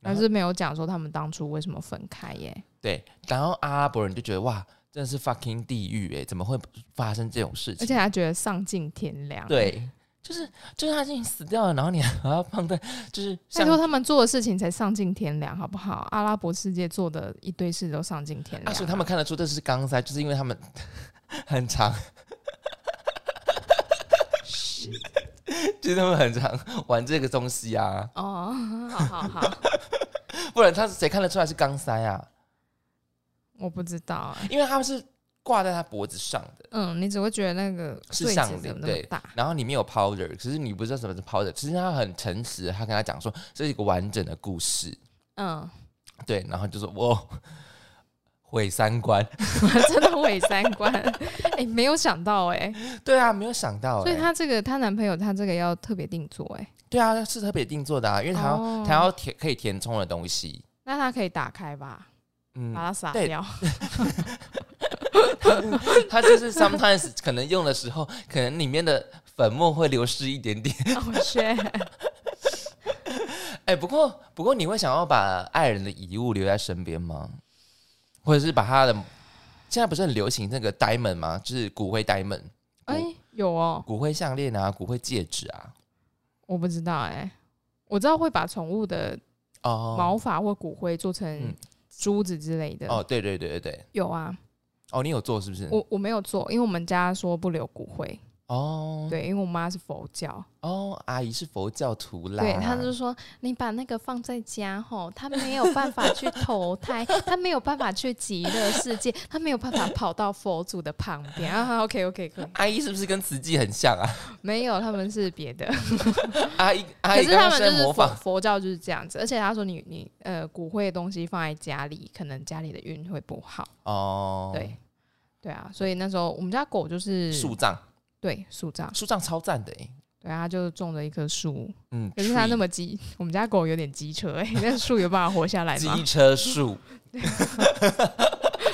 [SPEAKER 2] 但
[SPEAKER 1] 然后
[SPEAKER 2] 是没有讲说他们当初为什么分开耶、
[SPEAKER 1] 对，然后阿拉伯人就觉得哇，真的是 fucking 地狱哎、怎么会发生这种事
[SPEAKER 2] 而
[SPEAKER 1] 情
[SPEAKER 2] 且？他觉得丧尽天良，，
[SPEAKER 1] 对，就是就是他已经死掉了，然后你还把他放在就是
[SPEAKER 2] 拜
[SPEAKER 1] 像
[SPEAKER 2] 托他们做的事情才丧尽天良，好不好？阿拉伯世界做的一堆事都丧尽天良、
[SPEAKER 1] 啊，所以他们看得出这是钢塞，就是因为他们 很长，就是他们很常玩这个东西啊，
[SPEAKER 2] 哦，好好好，
[SPEAKER 1] 不然他谁看得出来是钢塞啊？
[SPEAKER 2] 我不知道哎、
[SPEAKER 1] 因为他们是挂在他脖子上的，
[SPEAKER 2] 嗯，你只会觉得那个
[SPEAKER 1] 是
[SPEAKER 2] 坠子
[SPEAKER 1] 项
[SPEAKER 2] 怎
[SPEAKER 1] 链
[SPEAKER 2] 么那
[SPEAKER 1] 对
[SPEAKER 2] 么大，
[SPEAKER 1] 然后里面有 powder，可是你不知道什么是 powder，其实他很诚实，他跟他讲说这是一个完整的故事，
[SPEAKER 2] 嗯。
[SPEAKER 1] 对，然后就说我毁三观，
[SPEAKER 2] 真的毁三观。哎、没有想到哎、
[SPEAKER 1] 对啊，没有想到、欸，
[SPEAKER 2] 所以她这个她男朋友她这个要特别定做哎、
[SPEAKER 1] 对啊是特别定做的啊，因为他要、
[SPEAKER 2] 哦
[SPEAKER 1] 他要填可以填充的东西，
[SPEAKER 2] 那她可以打开吧，
[SPEAKER 1] 嗯
[SPEAKER 2] 把它撒
[SPEAKER 1] 对
[SPEAKER 2] 掉。
[SPEAKER 1] 它就是 sometimes 可能用的时候，可能里面的粉末会流失一点点。
[SPEAKER 2] 我学
[SPEAKER 1] 哎、不过不过你会想要把爱人的遗物留在身边吗？或者是把他的现在不是很流行那个 diamond 吗？就是骨灰 diamond，
[SPEAKER 2] 哎、有哦，
[SPEAKER 1] 骨灰项链啊，骨灰戒指啊。
[SPEAKER 2] 我不知道哎、我知道会把宠物的
[SPEAKER 1] 哦，
[SPEAKER 2] 毛发或骨灰做成
[SPEAKER 1] 嗯
[SPEAKER 2] 珠子之类的。
[SPEAKER 1] 哦，对对对对对，
[SPEAKER 2] 有啊，
[SPEAKER 1] 哦，你有做是不是？
[SPEAKER 2] 我我没有做，因为我们家说不留骨灰。
[SPEAKER 1] 哦
[SPEAKER 2] 对，因为我妈是佛教，
[SPEAKER 1] 哦，阿姨是佛教徒啦。
[SPEAKER 2] 对，她就说你把那个放在家吼，她没有办法去投 胎，她没有办法去极乐世界，她没有办法跑到佛祖的旁边啊。OK OK 可以，
[SPEAKER 1] 阿姨是不是跟慈济很像啊？
[SPEAKER 2] 没有，他们是别的，
[SPEAKER 1] 阿姨阿
[SPEAKER 2] 可
[SPEAKER 1] 姨
[SPEAKER 2] 是
[SPEAKER 1] 刚刚
[SPEAKER 2] 他
[SPEAKER 1] 是
[SPEAKER 2] 们
[SPEAKER 1] 在
[SPEAKER 2] 就是
[SPEAKER 1] 模
[SPEAKER 2] 佛
[SPEAKER 1] 仿
[SPEAKER 2] 佛教就是这样子，而且他说你你呃骨灰的东西放在家里，可能家里的运会不好，
[SPEAKER 1] 哦，
[SPEAKER 2] 对。对啊，所以那时候我们家狗就是
[SPEAKER 1] 树葬
[SPEAKER 2] 对树葬，
[SPEAKER 1] 树葬超赞的哎、
[SPEAKER 2] 对啊，它就种了一棵树。
[SPEAKER 1] 嗯，
[SPEAKER 2] 可是
[SPEAKER 1] tree
[SPEAKER 2] 它那么机，我们家狗有点机车哎、欸，那树有办法活下来吗
[SPEAKER 1] 机？车树，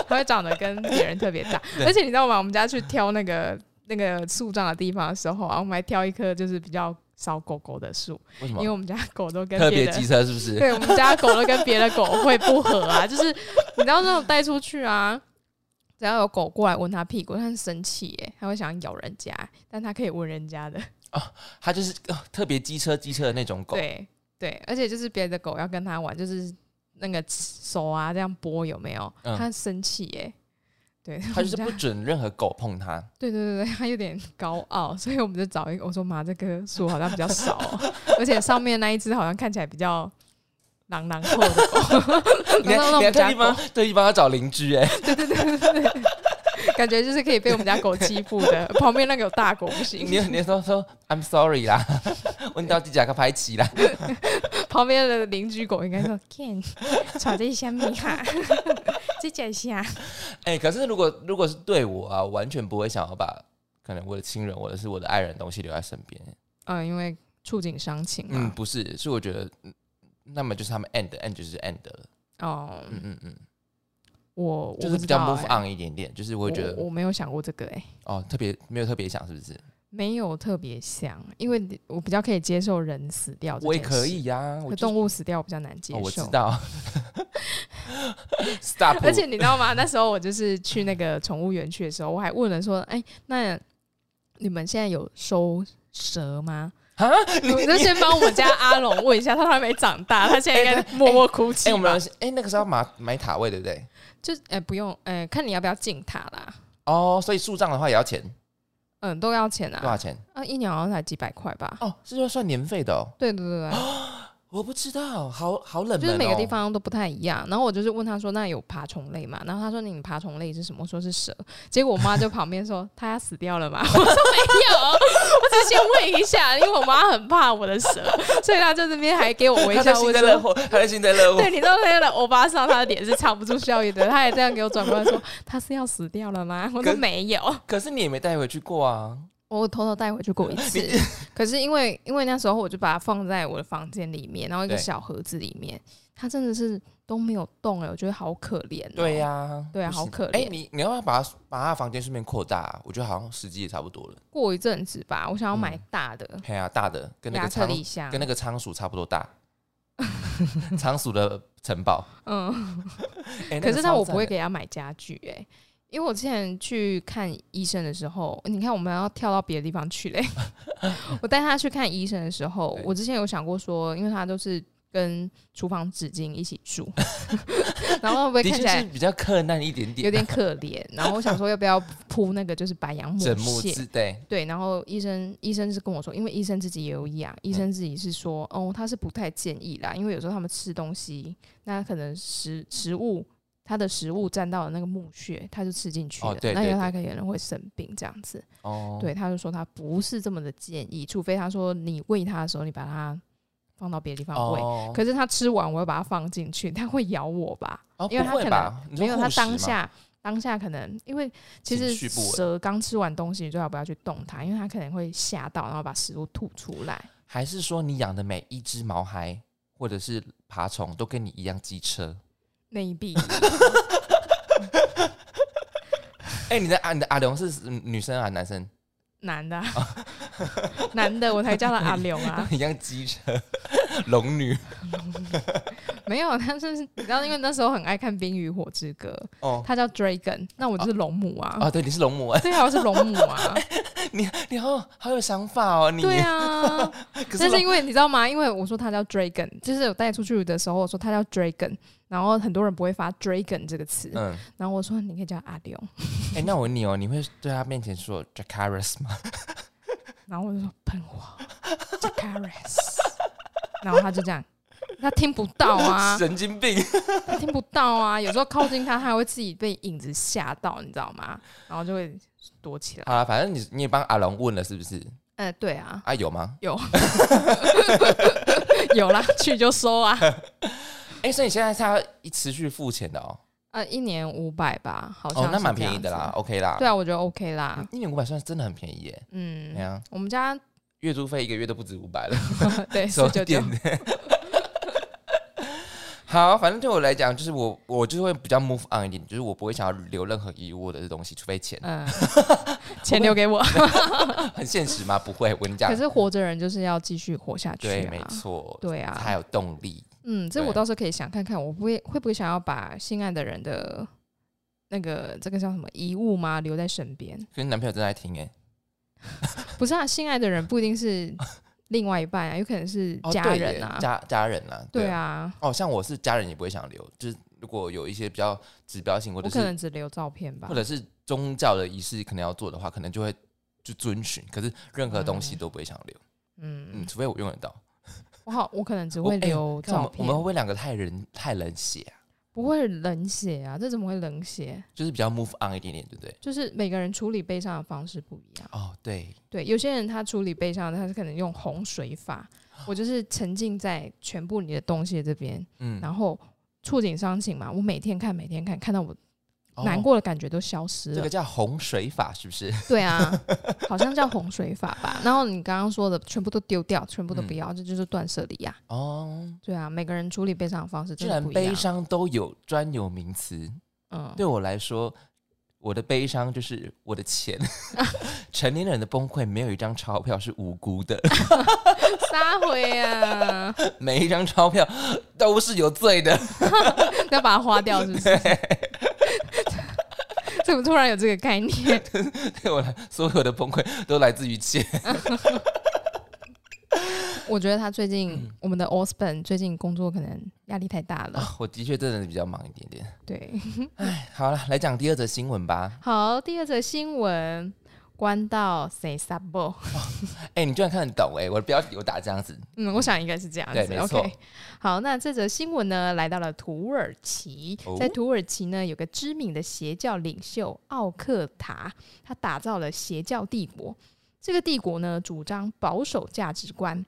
[SPEAKER 2] 它会长得跟别人特别 大，而且你知道吗？我们家去挑那个那个树葬的地方的时候啊，我们还挑一棵就是比较少狗狗的树，
[SPEAKER 1] 为什
[SPEAKER 2] 因
[SPEAKER 1] 么
[SPEAKER 2] 为？我们家狗都跟
[SPEAKER 1] 特
[SPEAKER 2] 别
[SPEAKER 1] 别
[SPEAKER 2] 的
[SPEAKER 1] 机车是不是？
[SPEAKER 2] 对我们家狗都跟别的狗会不合啊，就是你知道那种带出去啊，只要有狗过来闻它屁股，它很生气耶，它会想咬人家，但它可以闻人家的，
[SPEAKER 1] 它就是、呃特别机车机车的那种狗。
[SPEAKER 2] 对对，而且就是别的狗要跟它玩，就是那个手啊这样拨有没有？
[SPEAKER 1] 嗯
[SPEAKER 2] 它、生气耶，对，
[SPEAKER 1] 它就
[SPEAKER 2] 我们
[SPEAKER 1] 是
[SPEAKER 2] 家
[SPEAKER 1] 不准任何狗碰 它，
[SPEAKER 2] 对对对对，它有点高傲，所以我们就找一个，我说妈，这棵树好像比较少哦、而且上面那一只好像看起来比较狼狼后的 狗，
[SPEAKER 1] 你看，
[SPEAKER 2] 那那我
[SPEAKER 1] 你看
[SPEAKER 2] 们
[SPEAKER 1] 特
[SPEAKER 2] 家狗
[SPEAKER 1] 地帮特地帮它找邻居哎、
[SPEAKER 2] 感觉就是可以被我们家狗欺负的。旁边那个有大狗不
[SPEAKER 1] 你
[SPEAKER 2] 行，
[SPEAKER 1] 你说说 I'm sorry 啦， 我到底甲个排起啦，
[SPEAKER 2] 旁边的邻居狗应该说 Ken，吵这下面 哈，这讲一下。
[SPEAKER 1] 哎、可是如果如果是对我啊，我完全不会想要把可能我的亲人或者是我的爱人的东西留在身边、
[SPEAKER 2] 嗯，因为触景伤情
[SPEAKER 1] 嗯，
[SPEAKER 2] 嘛。
[SPEAKER 1] 不是，是我觉得，嗯那么就是他们 end end 就是 end 了，
[SPEAKER 2] 哦，
[SPEAKER 1] 嗯嗯嗯，
[SPEAKER 2] 我我
[SPEAKER 1] 就
[SPEAKER 2] 不
[SPEAKER 1] 是
[SPEAKER 2] 知
[SPEAKER 1] 比较
[SPEAKER 2] 道
[SPEAKER 1] move
[SPEAKER 2] 欸
[SPEAKER 1] on 一点点，就是我
[SPEAKER 2] 我
[SPEAKER 1] 会觉得
[SPEAKER 2] 我没有想过这个哎，
[SPEAKER 1] 哦，特别没有特别想是不是？
[SPEAKER 2] 没有特别像，因为我比较可以接受人死掉，
[SPEAKER 1] 我也可，以呀、我
[SPEAKER 2] 可
[SPEAKER 1] 就
[SPEAKER 2] 动物死掉我比较难接
[SPEAKER 1] 哦我知
[SPEAKER 2] 受。
[SPEAKER 1] 道 ，stop，
[SPEAKER 2] 而且你知道吗？那时候我就是去那个宠物园去的时候，我还问了说：“哎、那你们现在有收蛇吗？”
[SPEAKER 1] 啊， 你
[SPEAKER 2] 我就先帮我们家阿龙问一下，他还没长大，他现在应该默默哭
[SPEAKER 1] 哎、
[SPEAKER 2] 泣
[SPEAKER 1] 我
[SPEAKER 2] 吧？
[SPEAKER 1] 们哎、那个时候要买买塔位对不对？
[SPEAKER 2] 就哎、不用，哎、看你要不要进塔啦，
[SPEAKER 1] 哦，所以树葬的话也要钱，
[SPEAKER 2] 嗯，都要钱
[SPEAKER 1] 多
[SPEAKER 2] 啊，
[SPEAKER 1] 少钱？
[SPEAKER 2] 啊，一年好像才几百块吧？
[SPEAKER 1] 哦，这就算年费的哦。
[SPEAKER 2] 对对对对，
[SPEAKER 1] 我不知道，好好冷门、哦。
[SPEAKER 2] 就是每个地方都不太一样。然后我就是问他说：“那有爬虫类吗？”然后他说：“你爬虫类是什么？”我说是蛇。结果我妈就旁边说：“他要死掉了吗？” 我说：“没有，我只是先问一下，因为我妈很怕我的蛇，所以她在这边还给我微
[SPEAKER 1] 他
[SPEAKER 2] 笑
[SPEAKER 1] 在，幸
[SPEAKER 2] 我
[SPEAKER 1] 灾乐祸，
[SPEAKER 2] 说。”
[SPEAKER 1] 他在幸灾乐祸
[SPEAKER 2] 对，。你知道那个欧巴桑，他的脸是藏不住笑意的，他也这样给我转过来说：“他是要死掉了吗？”我说
[SPEAKER 1] 可：“
[SPEAKER 2] 没有。”
[SPEAKER 1] 可是你也没带回去过啊。
[SPEAKER 2] 我偷偷带回去过 一次，可是因为因为那时候我就把它放在我的房间里面，然后一个
[SPEAKER 1] 对
[SPEAKER 2] 小盒子里面，它真的是都没有动哎、我觉得好可怜、
[SPEAKER 1] 对、呀、
[SPEAKER 2] 对啊
[SPEAKER 1] 不
[SPEAKER 2] 好
[SPEAKER 1] 行
[SPEAKER 2] 可
[SPEAKER 1] 哎、
[SPEAKER 2] 怜
[SPEAKER 1] 你你要不要把它把它的房间顺便扩大、啊我觉得好像时机也差不多了。
[SPEAKER 2] 过一阵子吧，我想要买大的
[SPEAKER 1] 哎呀、大的跟那
[SPEAKER 2] 亚
[SPEAKER 1] 个
[SPEAKER 2] 克
[SPEAKER 1] 仓
[SPEAKER 2] 力箱，
[SPEAKER 1] 跟那个仓鼠差不多大， 仓鼠的城堡。
[SPEAKER 2] 嗯，
[SPEAKER 1] 哎，
[SPEAKER 2] 可是
[SPEAKER 1] 那
[SPEAKER 2] 那
[SPEAKER 1] 个
[SPEAKER 2] 我
[SPEAKER 1] 超赞
[SPEAKER 2] 不会
[SPEAKER 1] 的
[SPEAKER 2] 给他买家具哎、因为我之前去看医生的时候，你看我们要跳到别的地方 去嘞、我带他去看医生的时候
[SPEAKER 1] 对，
[SPEAKER 2] 我之前有想过说，因为他都是跟厨房纸巾一起 住，然后会不会
[SPEAKER 1] 的
[SPEAKER 2] 看起
[SPEAKER 1] 确
[SPEAKER 2] 来
[SPEAKER 1] 是比较困难一点点，
[SPEAKER 2] 有点可怜。然后我想说，要不要铺那个就是白杨木
[SPEAKER 1] 枕木
[SPEAKER 2] 屑？
[SPEAKER 1] 之对。
[SPEAKER 2] 对，然后医生医生是跟我说，因为医生自己也有养，
[SPEAKER 1] 嗯
[SPEAKER 2] 医生自己是说，哦，他是不太建议啦，因为有时候他们吃东西，那可能食食物他的食物沾到了那个木屑，他就吃进去了，
[SPEAKER 1] 哦对
[SPEAKER 2] 那
[SPEAKER 1] 对
[SPEAKER 2] 有他可能会生病这样子。
[SPEAKER 1] 哦，
[SPEAKER 2] 对，他就说他不是这么的建议，除非他说你喂他的时候，你把它放到别的地方喂。
[SPEAKER 1] 哦，
[SPEAKER 2] 可是他吃完，我要把它放进去，它会咬我吧？
[SPEAKER 1] 哦
[SPEAKER 2] 因为
[SPEAKER 1] 不
[SPEAKER 2] 他
[SPEAKER 1] 会
[SPEAKER 2] 可
[SPEAKER 1] 吧？你说
[SPEAKER 2] 没有，他
[SPEAKER 1] 护食
[SPEAKER 2] 当
[SPEAKER 1] 嘛
[SPEAKER 2] 下当下可能因为其
[SPEAKER 1] 情
[SPEAKER 2] 实
[SPEAKER 1] 绪不稳
[SPEAKER 2] 蛇刚吃完东西，你最好不要去动它，因为它可能会吓到，然后把食物吐出来。
[SPEAKER 1] 还是说你养的每一只毛孩或者是爬虫都跟你一样机车？
[SPEAKER 2] 内 壁
[SPEAKER 1] 哎、你的阿你的阿龙是嗯女生啊，男 生，
[SPEAKER 2] 男的啊、男的，我才叫他阿龙啊
[SPEAKER 1] 一样机车，龙女
[SPEAKER 2] 没有，他是你知道，因为那时候很爱看《冰与火之歌》，
[SPEAKER 1] 哦
[SPEAKER 2] 他叫 Dragon，那我就是龙母啊。
[SPEAKER 1] 哦，对，你是龙母啊，
[SPEAKER 2] 对啊，我是龙母 啊，
[SPEAKER 1] 你你好好有想法哦，你
[SPEAKER 2] 对啊，
[SPEAKER 1] 可是
[SPEAKER 2] 但是
[SPEAKER 1] 龙
[SPEAKER 2] 因为你知道吗？因为我说他叫 Dragon，就是有带出去的时候，我说他叫 Dragon，然后很多人不会发 Dragon 这个词，
[SPEAKER 1] 嗯，
[SPEAKER 2] 然后我说你可以叫阿龙，
[SPEAKER 1] 哎、那我问你哦，你会对他面前说 Jacaris 吗？
[SPEAKER 2] 然后我就说喷火 j a c a r i s 然后他就这样，他听不到 啊，
[SPEAKER 1] 神经病！
[SPEAKER 2] 他听不到啊，有时候靠近他，他还会自己被影子吓到，你知道吗？然后就会躲起来。
[SPEAKER 1] 好了，反正你你也帮阿龙问了是不是？
[SPEAKER 2] 呃，对啊，
[SPEAKER 1] 啊，有吗？
[SPEAKER 2] 有 有啦，去就 收啊，
[SPEAKER 1] 哎、所以现在是要一持续付钱的哦，
[SPEAKER 2] 呃，一年五百吧，好像
[SPEAKER 1] 哦，那
[SPEAKER 2] 是
[SPEAKER 1] 蛮
[SPEAKER 2] 这样
[SPEAKER 1] 便宜的啦
[SPEAKER 2] 子。
[SPEAKER 1] ，OK 啦，
[SPEAKER 2] 对啊，我觉得 OK 啦，
[SPEAKER 1] 一年五百算是真的很便宜耶，
[SPEAKER 2] 嗯
[SPEAKER 1] 对，啊，
[SPEAKER 2] 我们家
[SPEAKER 1] 月租费一个月都不止五百了，
[SPEAKER 2] 对
[SPEAKER 1] 手
[SPEAKER 2] 四九九
[SPEAKER 1] 电，的。好，反正对我来讲，就是我我就是会比较 move on 一点，就是我不会想要留任何遗物的东西，除非钱，
[SPEAKER 2] 嗯， 钱 留给我。
[SPEAKER 1] 很现实吗？不会，我跟你讲
[SPEAKER 2] 嗯可，是活着人就是要继续活下去
[SPEAKER 1] 对，
[SPEAKER 2] 啊，
[SPEAKER 1] 没错，
[SPEAKER 2] 对啊，
[SPEAKER 1] 才有动力。
[SPEAKER 2] 嗯，这
[SPEAKER 1] 对
[SPEAKER 2] 我倒是可以想看看，我不会会不会想要把心爱的人的那个这个叫什么遗物吗留在身边？
[SPEAKER 1] 可是男朋友正在听哎，
[SPEAKER 2] 不是啊，心爱的人不一 定是另外一半啊，有可能是
[SPEAKER 1] 哦
[SPEAKER 2] 家
[SPEAKER 1] 对
[SPEAKER 2] 人
[SPEAKER 1] 耶
[SPEAKER 2] 啊，
[SPEAKER 1] 家家人啊，
[SPEAKER 2] 对。啊，
[SPEAKER 1] 哦，像我是家人也不会想留，就是如果有一些比较指标性或
[SPEAKER 2] 我
[SPEAKER 1] 者
[SPEAKER 2] 可
[SPEAKER 1] 是
[SPEAKER 2] 能只留照片吧
[SPEAKER 1] 或。者是宗教的仪式可能要做的话，可能就会就遵循，可是任何东西
[SPEAKER 2] 嗯
[SPEAKER 1] 都不会想留，嗯，
[SPEAKER 2] 嗯，
[SPEAKER 1] 除非我用得到。
[SPEAKER 2] 我好，我可能只
[SPEAKER 1] 我
[SPEAKER 2] 会
[SPEAKER 1] 哎呦
[SPEAKER 2] 留
[SPEAKER 1] 看我
[SPEAKER 2] 照
[SPEAKER 1] 们我
[SPEAKER 2] 片，
[SPEAKER 1] 们会不会两个太人太冷血啊？
[SPEAKER 2] 不会冷血啊，这怎么会冷血？
[SPEAKER 1] 就是比较 move on 一点点，对不对？
[SPEAKER 2] 就是每个人处理悲伤的方式不一样。
[SPEAKER 1] 哦，对，
[SPEAKER 2] 对，有些人他处理悲伤，他是可能用洪水法，我就是沉浸在全部你的东西的这边，
[SPEAKER 1] 嗯，
[SPEAKER 2] 然后触景伤情嘛，我每天看，每天看，看到我
[SPEAKER 1] 哦
[SPEAKER 2] 难过的感觉都消失
[SPEAKER 1] 这
[SPEAKER 2] 了。
[SPEAKER 1] 个叫洪水法，是不 是？
[SPEAKER 2] 对啊，好像叫洪水法吧。然后你刚刚说的全部都丢掉，全部都不要，
[SPEAKER 1] 嗯
[SPEAKER 2] 这就是断舍离呀、
[SPEAKER 1] 哦，
[SPEAKER 2] 对啊，每个人处理悲伤的方式
[SPEAKER 1] 居
[SPEAKER 2] 真的
[SPEAKER 1] 然
[SPEAKER 2] 不一样。
[SPEAKER 1] 悲伤都有专有名词，
[SPEAKER 2] 嗯，
[SPEAKER 1] 对我来说，我的悲伤就是我的 钱。成年人的崩溃，没有一张钞票是无辜的，
[SPEAKER 2] 撒回啊，
[SPEAKER 1] 每一张钞票都是有罪 的。
[SPEAKER 2] 要把它花掉，是不是？怎么突然有这个概 念？
[SPEAKER 1] 对我来，所有的崩溃都来自于钱。
[SPEAKER 2] 我觉得他最近、
[SPEAKER 1] 嗯
[SPEAKER 2] 我们的 Osborn 最近工作可能压力太大了。
[SPEAKER 1] 我的确真的是比较忙一点点。
[SPEAKER 2] 对，
[SPEAKER 1] 好了，来讲第二则新闻吧。
[SPEAKER 2] 好，第二则新闻，关到 say s u b o
[SPEAKER 1] 哎、你居然看得懂哎、我的标题我打这样子，
[SPEAKER 2] 嗯，我想应该是这样
[SPEAKER 1] 对
[SPEAKER 2] 子。
[SPEAKER 1] 没错
[SPEAKER 2] OK，好，那这则新闻呢，来到了土耳其，
[SPEAKER 1] 哦
[SPEAKER 2] 在土耳其呢，有个知名的邪教领袖奥克塔，他打造了邪教帝国。这个帝国呢，主张保守价值观，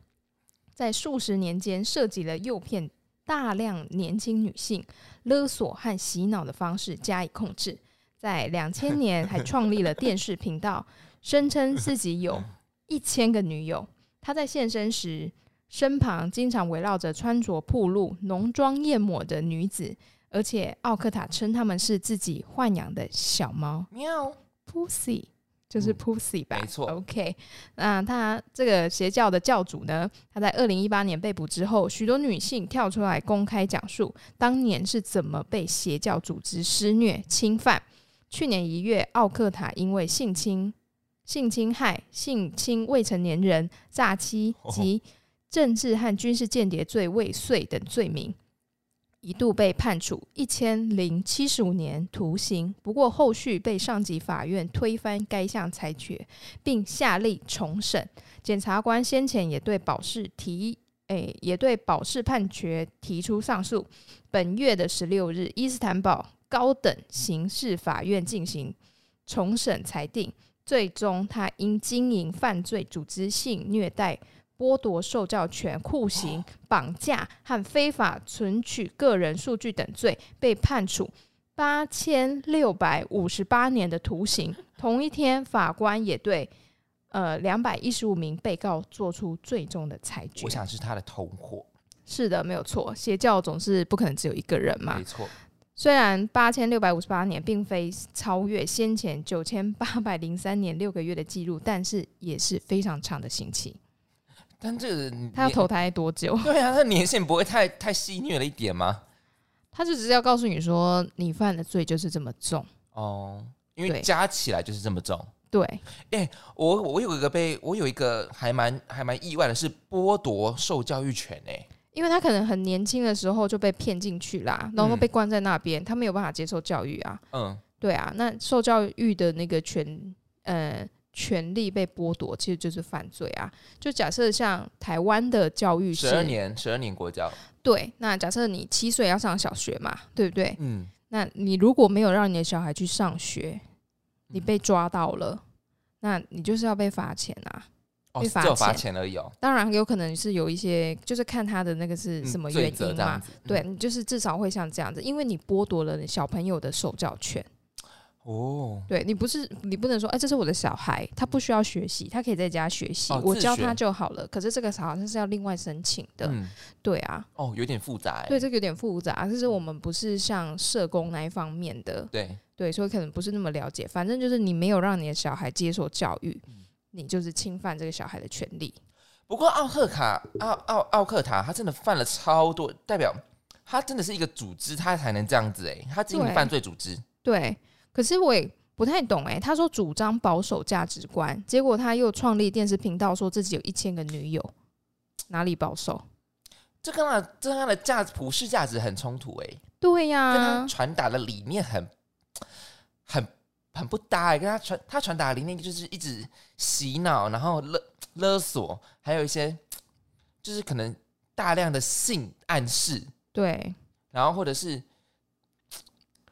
[SPEAKER 2] 在数十年间涉及了诱骗大量年轻女性、勒索和洗脑的方式加以控制。在两千年还创立了电视频道，声称自己有一千个女友。他在现身时，身旁经常围绕着穿着暴露、浓妆艳抹的女子，而且奥克塔称她们是自己豢养的小猫
[SPEAKER 1] 喵。
[SPEAKER 2] pussy，就是
[SPEAKER 1] 嗯
[SPEAKER 2] pussy 吧？
[SPEAKER 1] 没错
[SPEAKER 2] OK，那他这个邪教的教主呢，他在二零一八年被捕之后，许多女性跳出来公开讲述当年是怎么被邪教组织施虐侵犯。去年一月，奥克塔因为性侵、性侵害、性侵未成年人、诈欺
[SPEAKER 1] 哦
[SPEAKER 2] 及政治和军事间谍罪未遂等罪名，一度被判处一千零七十五年徒刑。不过后续被上级法院推翻该项裁决，并下令重审。检察官先前也对保释提。诶，也对保释判决提出上诉。本月的十六日，伊斯坦堡高等刑事法院进行重审裁定，最终他因经营犯罪、组织性虐待、剥夺受教权、酷刑、绑架和非法存取个人数据等罪，被判处八千六百五十八年的徒刑。同一天，法官也对呃两百一十五名被告做出最终的裁决
[SPEAKER 1] 我。想是他的同伙，
[SPEAKER 2] 是的，没有错，邪教总是不可能只有一个人嘛
[SPEAKER 1] 没。错。
[SPEAKER 2] 虽然八千六百五十八年并非超越先前九千八百零三年六个月的记录，但是也是非常长的刑期。
[SPEAKER 1] 但这个年
[SPEAKER 2] 他要投胎多久？
[SPEAKER 1] 对啊，他年限不会太太戏虐了一点吗？
[SPEAKER 2] 他就只是要告诉你说，你犯的罪就是这么重。
[SPEAKER 1] 哦，因为
[SPEAKER 2] 对
[SPEAKER 1] 加起来就是这么重。
[SPEAKER 2] 对，
[SPEAKER 1] 我我有一个被我有一个还蛮还蛮意外的是剥夺受教育权哎、
[SPEAKER 2] 因为他可能很年轻的时候就被骗进去啦，然后
[SPEAKER 1] 嗯
[SPEAKER 2] 被关在那边，他没有办法接受教育啊。
[SPEAKER 1] 嗯，
[SPEAKER 2] 对啊，那受教育的那个权，呃，权利被剥夺，其实就是犯罪啊。就假设像台湾的教育
[SPEAKER 1] 十二
[SPEAKER 2] 是，
[SPEAKER 1] 年十二年国教，
[SPEAKER 2] 对，那假设你七岁要上小学嘛，对不对？
[SPEAKER 1] 嗯，
[SPEAKER 2] 那你如果没有让你的小孩去上学，
[SPEAKER 1] 嗯
[SPEAKER 2] 你被抓到了，那你就是要被罚钱啊。
[SPEAKER 1] 哦，
[SPEAKER 2] 被罚
[SPEAKER 1] 只有罚
[SPEAKER 2] 钱
[SPEAKER 1] 钱而已哦，
[SPEAKER 2] 当然，有可能是有一些，就是看他的那个是
[SPEAKER 1] 嗯
[SPEAKER 2] 什么
[SPEAKER 1] 罪
[SPEAKER 2] 原
[SPEAKER 1] 责
[SPEAKER 2] 因
[SPEAKER 1] 这
[SPEAKER 2] 嘛
[SPEAKER 1] 样。子，嗯
[SPEAKER 2] 对，你就是至少会像这样子，因为你剥夺了你小朋友的受教权。
[SPEAKER 1] 哦，
[SPEAKER 2] 对你不是你不能说，哎、这是我的小孩，他不需要学习，他可以在家学习，
[SPEAKER 1] 哦
[SPEAKER 2] 我
[SPEAKER 1] 自
[SPEAKER 2] 教
[SPEAKER 1] 学
[SPEAKER 2] 他就好了。可是这个好像是要另外申请的，
[SPEAKER 1] 嗯，
[SPEAKER 2] 对啊，
[SPEAKER 1] 哦，有点复杂哎、
[SPEAKER 2] 对这个有点复杂，就是我们不是像社工那一方面的，
[SPEAKER 1] 对，
[SPEAKER 2] 对，所以可能不是那么了解。反正就是你没有让你的小孩接受教育，
[SPEAKER 1] 嗯
[SPEAKER 2] 你就是侵犯这个小孩的权利。
[SPEAKER 1] 不过奥克卡奥奥奥克塔他真的犯了超多，代表他真的是一个组织，他才能这样子哎、他进行
[SPEAKER 2] 对
[SPEAKER 1] 犯罪组织，
[SPEAKER 2] 对，可是我也不太懂哎、他说主张保守价值观，结果他又创立电视频道，说自己有一千个女友，哪里保守？
[SPEAKER 1] 这跟他这跟他的价值普世价值很冲突哎、
[SPEAKER 2] 对呀、
[SPEAKER 1] 跟他传达的理念很很很不搭、欸，跟他传他传达的理念就是一直洗脑，然后勒勒索，还有一些就是可能大量的性暗示，
[SPEAKER 2] 对，
[SPEAKER 1] 然后或者是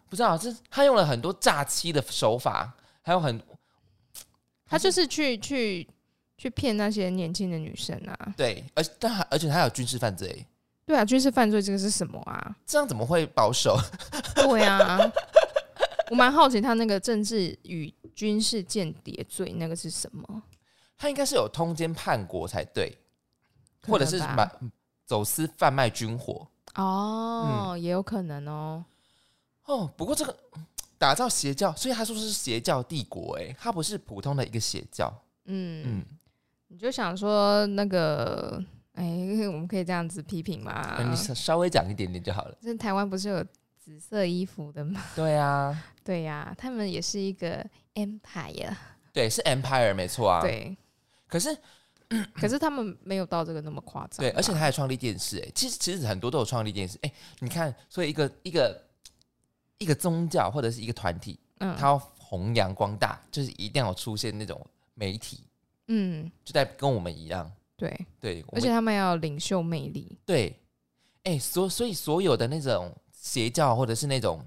[SPEAKER 1] 不知道，就是他用了很多诈欺的手法，还有很
[SPEAKER 2] 他就是去去去骗那些年轻的女生啊。
[SPEAKER 1] 对，而但还而且他还有军事犯罪，
[SPEAKER 2] 对啊，军事犯罪这个是什么啊？
[SPEAKER 1] 这样怎么会保守？
[SPEAKER 2] 对啊，我蛮好奇他那个政治与军事间谍罪那个是什么？
[SPEAKER 1] 他应该是有通奸叛国才对，
[SPEAKER 2] 可
[SPEAKER 1] 或者
[SPEAKER 2] 能
[SPEAKER 1] 是
[SPEAKER 2] 吧
[SPEAKER 1] 买走私贩卖军火。嗯
[SPEAKER 2] 哦，也有可能哦。
[SPEAKER 1] 哦，不过这个打造邪教，所以他说是邪教帝国、欸，哎，它不是普通的一个邪教，
[SPEAKER 2] 嗯，
[SPEAKER 1] 嗯，
[SPEAKER 2] 你就想说那个，哎、我们可以这样子批评吗？
[SPEAKER 1] 哎你稍稍微讲一点点就好了。
[SPEAKER 2] 这台湾不是有紫色衣服的吗？
[SPEAKER 1] 对啊，
[SPEAKER 2] 对呀、他们也是一个 empire，、
[SPEAKER 1] 对，是 Empire 没错啊。，
[SPEAKER 2] 对，
[SPEAKER 1] 可是
[SPEAKER 2] 可是他们没有到这个那么夸张吧。
[SPEAKER 1] 对，而且他还创立电视、欸，哎，其实其实很多都有创立电视，哎、你看，所以一个一个一个宗教或者是一个团体，
[SPEAKER 2] 嗯，
[SPEAKER 1] 它要弘扬光大，就是一定要出现那种媒体，
[SPEAKER 2] 嗯，
[SPEAKER 1] 就在跟我们一样，
[SPEAKER 2] 对，
[SPEAKER 1] 对，我
[SPEAKER 2] 而
[SPEAKER 1] 们
[SPEAKER 2] 且他们要有领袖魅力，
[SPEAKER 1] 对，哎、所所以所有的那种邪教或者是那种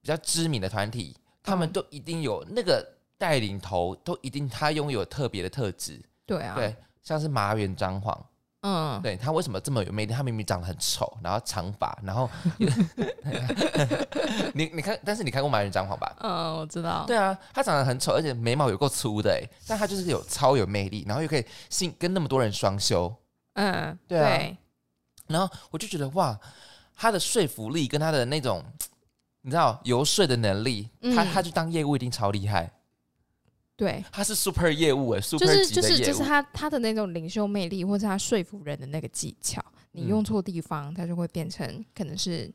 [SPEAKER 1] 比较知名的团体，他们
[SPEAKER 2] 嗯
[SPEAKER 1] 都一定有那个带领头，都一定他拥有特别的特质，
[SPEAKER 2] 对啊，
[SPEAKER 1] 对，像是麻原彰晃，
[SPEAKER 2] 嗯，
[SPEAKER 1] 对他为什么这么有魅力？他明明长得很丑，然后长发，然 后你 你看，但是你看过麻原彰晃吧？
[SPEAKER 2] 嗯，我知道，
[SPEAKER 1] 对啊，他长得很丑，而且眉毛有够粗的哎，但他就是有超有魅力，然后又可以性跟那么多人双修，
[SPEAKER 2] 嗯，
[SPEAKER 1] 对啊然后我就觉得哇，他的说服力跟他的那种，你知道游说的能力，他
[SPEAKER 2] 嗯
[SPEAKER 1] 他去当业务一定超厉害，
[SPEAKER 2] 对，
[SPEAKER 1] 他是 super 业务哎
[SPEAKER 2] 就
[SPEAKER 1] ，super
[SPEAKER 2] 是
[SPEAKER 1] 级
[SPEAKER 2] 就
[SPEAKER 1] 的
[SPEAKER 2] 是
[SPEAKER 1] 业
[SPEAKER 2] 就
[SPEAKER 1] 务
[SPEAKER 2] 是，他他的那种领袖魅力，或者他说服人的那个技巧，你
[SPEAKER 1] 嗯
[SPEAKER 2] 用错地方，他就会变成可能是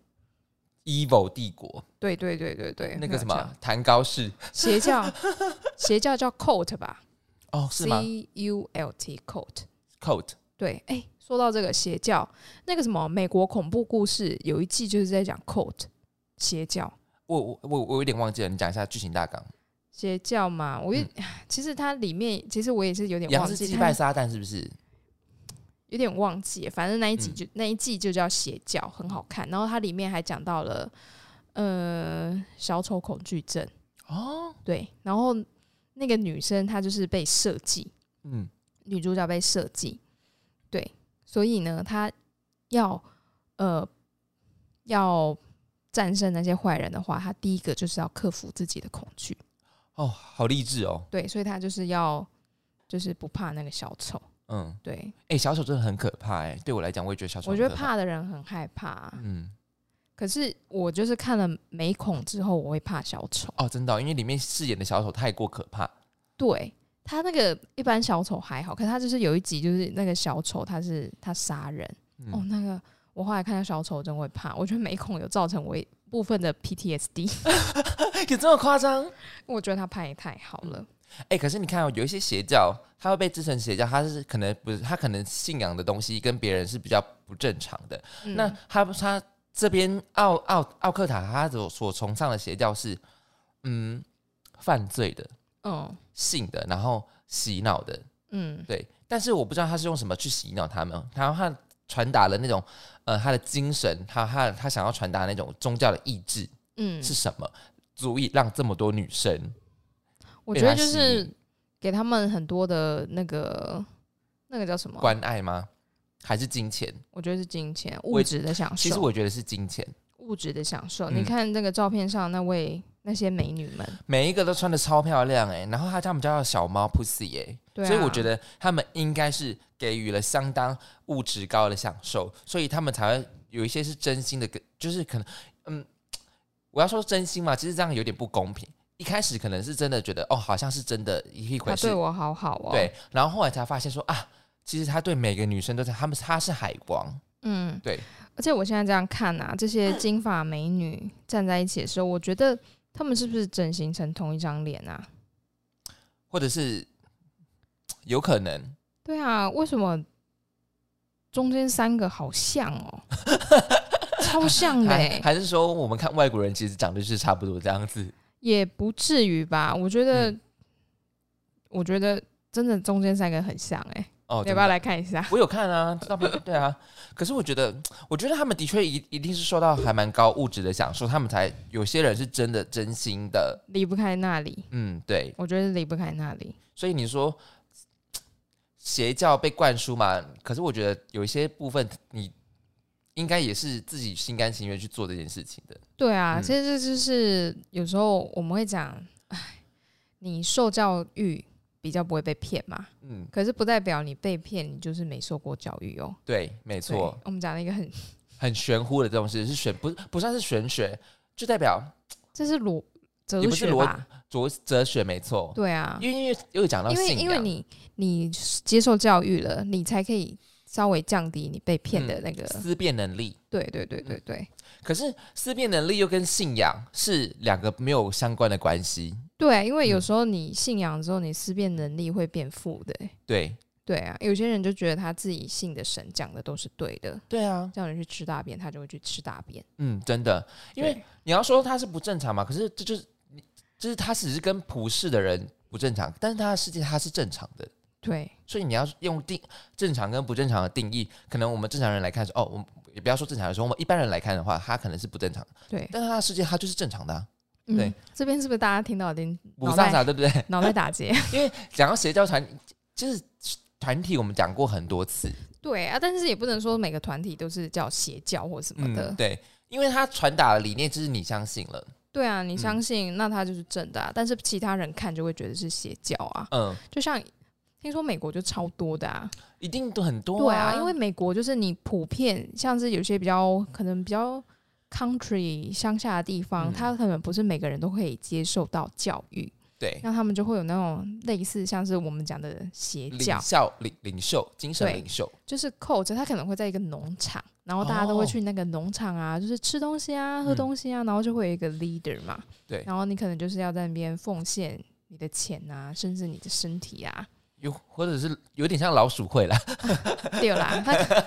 [SPEAKER 1] evil 帝国
[SPEAKER 2] 对对对对对，
[SPEAKER 1] 那
[SPEAKER 2] 没有
[SPEAKER 1] 个什
[SPEAKER 2] 错
[SPEAKER 1] 么谭高士
[SPEAKER 2] 邪教，邪教叫 cult 吧
[SPEAKER 1] 哦 是吗
[SPEAKER 2] ？C U L T cult。
[SPEAKER 1] ？coat
[SPEAKER 2] 对，哎、说到这个邪教，那个什么美国恐怖故事有一季就是在讲 cult 邪教，
[SPEAKER 1] 我我我我有点忘记了，你讲一下剧情大纲。
[SPEAKER 2] 邪教嘛，我也、 其实它里面其实我也是有点
[SPEAKER 1] 羊
[SPEAKER 2] 忘
[SPEAKER 1] 是
[SPEAKER 2] 记，
[SPEAKER 1] 击
[SPEAKER 2] 它
[SPEAKER 1] 败撒旦是不是？
[SPEAKER 2] 有点忘记，反正那一集
[SPEAKER 1] 嗯
[SPEAKER 2] 就、那一季就叫邪教，很好看。然后它里面还讲到了，呃，小丑恐惧症，
[SPEAKER 1] 哦，
[SPEAKER 2] 对。然后那个女生她就是被设计，
[SPEAKER 1] 嗯，
[SPEAKER 2] 女主角被设计，对，所以呢，她要呃要战胜那些坏人的话，她第一个就是要克服自己的恐惧，
[SPEAKER 1] 哦，好励志哦，
[SPEAKER 2] 对，所以她就是要就是不怕那个小丑，
[SPEAKER 1] 嗯，
[SPEAKER 2] 对
[SPEAKER 1] 哎、小丑真的很可怕哎、对我来讲，我也觉得小丑，
[SPEAKER 2] 我觉得，怕的人很害怕啊、
[SPEAKER 1] 嗯，
[SPEAKER 2] 可是我就是看了美恐之后，我会怕小丑。
[SPEAKER 1] 哦，真的哦、因为里面饰演的小丑太过可怕，
[SPEAKER 2] 对他那个一般小丑还好，可是他就是有一集就是那个小丑他是他杀人、
[SPEAKER 1] 嗯、
[SPEAKER 2] 哦，那个我后来看到小丑真会怕，我觉得美恐有造成我一部分的 PTSD，
[SPEAKER 1] 有这么夸张？
[SPEAKER 2] 我觉得他拍的太好了。
[SPEAKER 1] 哎、可是你看、哦，有一些邪教，它会被制成邪教，它是可能不是，它可能信仰的东西跟别人是比较不正常的。
[SPEAKER 2] 嗯
[SPEAKER 1] 那他他这边奥奥奥克塔他所所崇尚的邪教是，嗯，犯罪的、
[SPEAKER 2] 嗯
[SPEAKER 1] 信的，然后洗脑的，
[SPEAKER 2] 嗯
[SPEAKER 1] 对，但是我不知道他是用什么去洗脑他们，然后他传达了那种呃他的精神，他他他想要传达那种宗教的意志
[SPEAKER 2] 嗯
[SPEAKER 1] 是，什么，足以让这么多女生
[SPEAKER 2] 我
[SPEAKER 1] 被
[SPEAKER 2] 觉得
[SPEAKER 1] 他
[SPEAKER 2] 就
[SPEAKER 1] 吸
[SPEAKER 2] 是
[SPEAKER 1] 引
[SPEAKER 2] 给他们很多的那个那个叫什么？
[SPEAKER 1] 关爱吗？还是金钱？
[SPEAKER 2] 我觉得是金钱
[SPEAKER 1] 我
[SPEAKER 2] 物
[SPEAKER 1] 也
[SPEAKER 2] 质的享受。
[SPEAKER 1] 其实我觉得是金钱，
[SPEAKER 2] 物质的享受。
[SPEAKER 1] 嗯
[SPEAKER 2] 你看那个照片上那位那些美女们，
[SPEAKER 1] 每一个都穿的超漂亮哎、然后他他们叫小猫 pussy 哎、
[SPEAKER 2] 对、啊，
[SPEAKER 1] 所以我觉得他们应该是给予了相当物质高的享受，所以他们才会有一些是真心的跟，就是可能，嗯，我要说真心嘛，其实这样有点不公平。一开始可能是真的觉得哦，好像是真的一回
[SPEAKER 2] 他
[SPEAKER 1] 事，
[SPEAKER 2] 对我好好哦。
[SPEAKER 1] 对，然后后来才发现说啊，其实他对每个女生都是，他们他是海王，
[SPEAKER 2] 嗯，
[SPEAKER 1] 对。
[SPEAKER 2] 而且我现在这样看啊，这些金发美女站在一起的时候，我觉得她们是不是整形成同一张脸啊？
[SPEAKER 1] 或者是有可能
[SPEAKER 2] 对啊，为什么中间三个好像 哦，超像的、
[SPEAKER 1] 还
[SPEAKER 2] 欸，
[SPEAKER 1] 还是说我们看外国人其实长得是差不多这样子，
[SPEAKER 2] 也不至于吧？我觉
[SPEAKER 1] 嗯
[SPEAKER 2] 得，我觉得真的中间三个很像哎、
[SPEAKER 1] 哦，
[SPEAKER 2] 你
[SPEAKER 1] 对
[SPEAKER 2] 要不
[SPEAKER 1] 吧？
[SPEAKER 2] 要来看一下？
[SPEAKER 1] 我有看啊，这照片对啊。可是我觉得，我觉得他们的确一一定是受到还蛮高物质的享受，他们才有些人是真的真心的，
[SPEAKER 2] 离不开那里，
[SPEAKER 1] 嗯，对。
[SPEAKER 2] 我觉得离不开那里。
[SPEAKER 1] 所以你说邪教被灌输嘛？可是我觉得有一些部分你应该也是自己心甘情愿去做这件事情的，
[SPEAKER 2] 对啊，
[SPEAKER 1] 嗯
[SPEAKER 2] 其实这就是有时候我们会讲，哎，你受教育比较不会被骗嘛，
[SPEAKER 1] 嗯，
[SPEAKER 2] 可是不代表你被骗，你就是没受过教育哦。
[SPEAKER 1] 对，没错
[SPEAKER 2] 对，，我们讲了一个很，
[SPEAKER 1] 很玄乎的东西是玄，不不算是玄学，就代表
[SPEAKER 2] 这是逻哲
[SPEAKER 1] 也不是
[SPEAKER 2] 学
[SPEAKER 1] 逻
[SPEAKER 2] 吧？
[SPEAKER 1] 哲哲学没错，
[SPEAKER 2] 对啊，
[SPEAKER 1] 因为因为又讲到
[SPEAKER 2] 因
[SPEAKER 1] 信
[SPEAKER 2] 为
[SPEAKER 1] 仰，
[SPEAKER 2] 因为你你接受教育了，你才可以稍微降低你被骗
[SPEAKER 1] 嗯
[SPEAKER 2] 的那个。
[SPEAKER 1] 思辨能力，
[SPEAKER 2] 对对
[SPEAKER 1] 嗯
[SPEAKER 2] 对对对
[SPEAKER 1] 可是思辨能力又跟信仰是两个没有相关的关系，
[SPEAKER 2] 对，啊因为有
[SPEAKER 1] 嗯
[SPEAKER 2] 时候你信仰之后，你思辨能力会变负的欸、
[SPEAKER 1] 对
[SPEAKER 2] 对啊，有些人就觉得他自己信的神讲的都是对的，
[SPEAKER 1] 对啊，
[SPEAKER 2] 叫人去吃大便，他就会去吃大便。
[SPEAKER 1] 嗯，真的，因为
[SPEAKER 2] 对
[SPEAKER 1] 你要说他是不正常嘛，可是这就是就是他只是跟普世的人不正常，但是他的世界他是正常的，
[SPEAKER 2] 对
[SPEAKER 1] 所以你要用定正常跟不正常的定义，可能我们正常人来看说，哦，我们也不要说正常人说，我们一般人来看的话，他可能是不正常的，
[SPEAKER 2] 对
[SPEAKER 1] 但是他的世界他就是正常的、啊，对
[SPEAKER 2] 嗯，这边是不是大家听到已经
[SPEAKER 1] 不
[SPEAKER 2] 脑
[SPEAKER 1] 上
[SPEAKER 2] 袋
[SPEAKER 1] 啥对不对？
[SPEAKER 2] 脑袋打 结？
[SPEAKER 1] 讲到邪教团，就是团体，我们讲过很多次，
[SPEAKER 2] 对啊，但是也不能说每个团体都是叫邪教或什么的。
[SPEAKER 1] 嗯，对，因为他传达的理念就是你相信了，
[SPEAKER 2] 对啊，你
[SPEAKER 1] 嗯
[SPEAKER 2] 相信、那他就是正的、啊，但是其他人看就会觉得是邪教啊。
[SPEAKER 1] 嗯，
[SPEAKER 2] 就像听说美国就超多的啊，
[SPEAKER 1] 一定都很多、
[SPEAKER 2] 对啊，因为
[SPEAKER 1] 为
[SPEAKER 2] 美国就是你普遍像是有些比较可能比较 country 乡下的地方，
[SPEAKER 1] 嗯
[SPEAKER 2] 他可能不是每个人都可以接受到教育，
[SPEAKER 1] 对
[SPEAKER 2] 那他们就会有那种类似像是我们讲的邪
[SPEAKER 1] 领
[SPEAKER 2] 教，
[SPEAKER 1] 袖领领袖精神
[SPEAKER 2] 对
[SPEAKER 1] 领袖，
[SPEAKER 2] 就是扣着他可能会在一个农场，然后大家都
[SPEAKER 1] 哦
[SPEAKER 2] 会去那个农场啊，就是吃东西啊、喝
[SPEAKER 1] 嗯
[SPEAKER 2] 东西啊，然后就会有一个 leader 嘛，
[SPEAKER 1] 对
[SPEAKER 2] 然后你可能就是要在那边奉献你的钱啊，甚至你的身体啊，
[SPEAKER 1] 有或者是有点像老鼠会 啦
[SPEAKER 2] 对啦，他可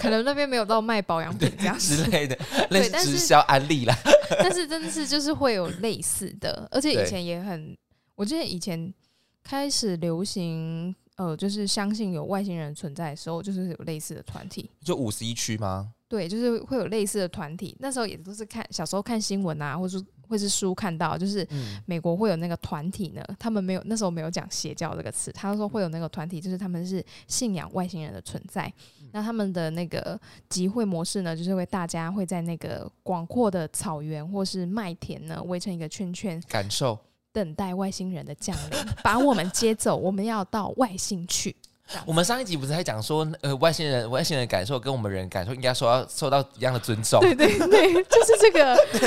[SPEAKER 2] 可能那边没有到卖保养品这样
[SPEAKER 1] 之
[SPEAKER 2] 子，
[SPEAKER 1] 类的，类似
[SPEAKER 2] 但
[SPEAKER 1] 直
[SPEAKER 2] 是
[SPEAKER 1] 销安利啦，
[SPEAKER 2] 但是真的是就是会有类似的，而且
[SPEAKER 1] 对
[SPEAKER 2] 以前也很，我记得以前开始流行。呃，就是相信有外星人存在的时候，就是有类似的团体，
[SPEAKER 1] 就五十一区吗？
[SPEAKER 2] 对，就是会有类似的团体。那时候也都是看小时候看新闻啊，或是或是书看到，就是
[SPEAKER 1] 嗯，
[SPEAKER 2] 美国会有那个团体呢，他们没有那时候没有讲邪教这个词，他说会有那个团体，就是他们是信仰外星人的存在。那他们的那个集会模式呢，就是会大家会在那个广阔的草原或是麦田呢围成一个圈圈，
[SPEAKER 1] 感受
[SPEAKER 2] 等待外星人的降临，把我们接走，我们要到外星去。
[SPEAKER 1] 我们上一集不是还讲说，呃，外星人外星人感受跟我们人感受应该受到受到一样的尊重，
[SPEAKER 2] 对对对， 就是这个。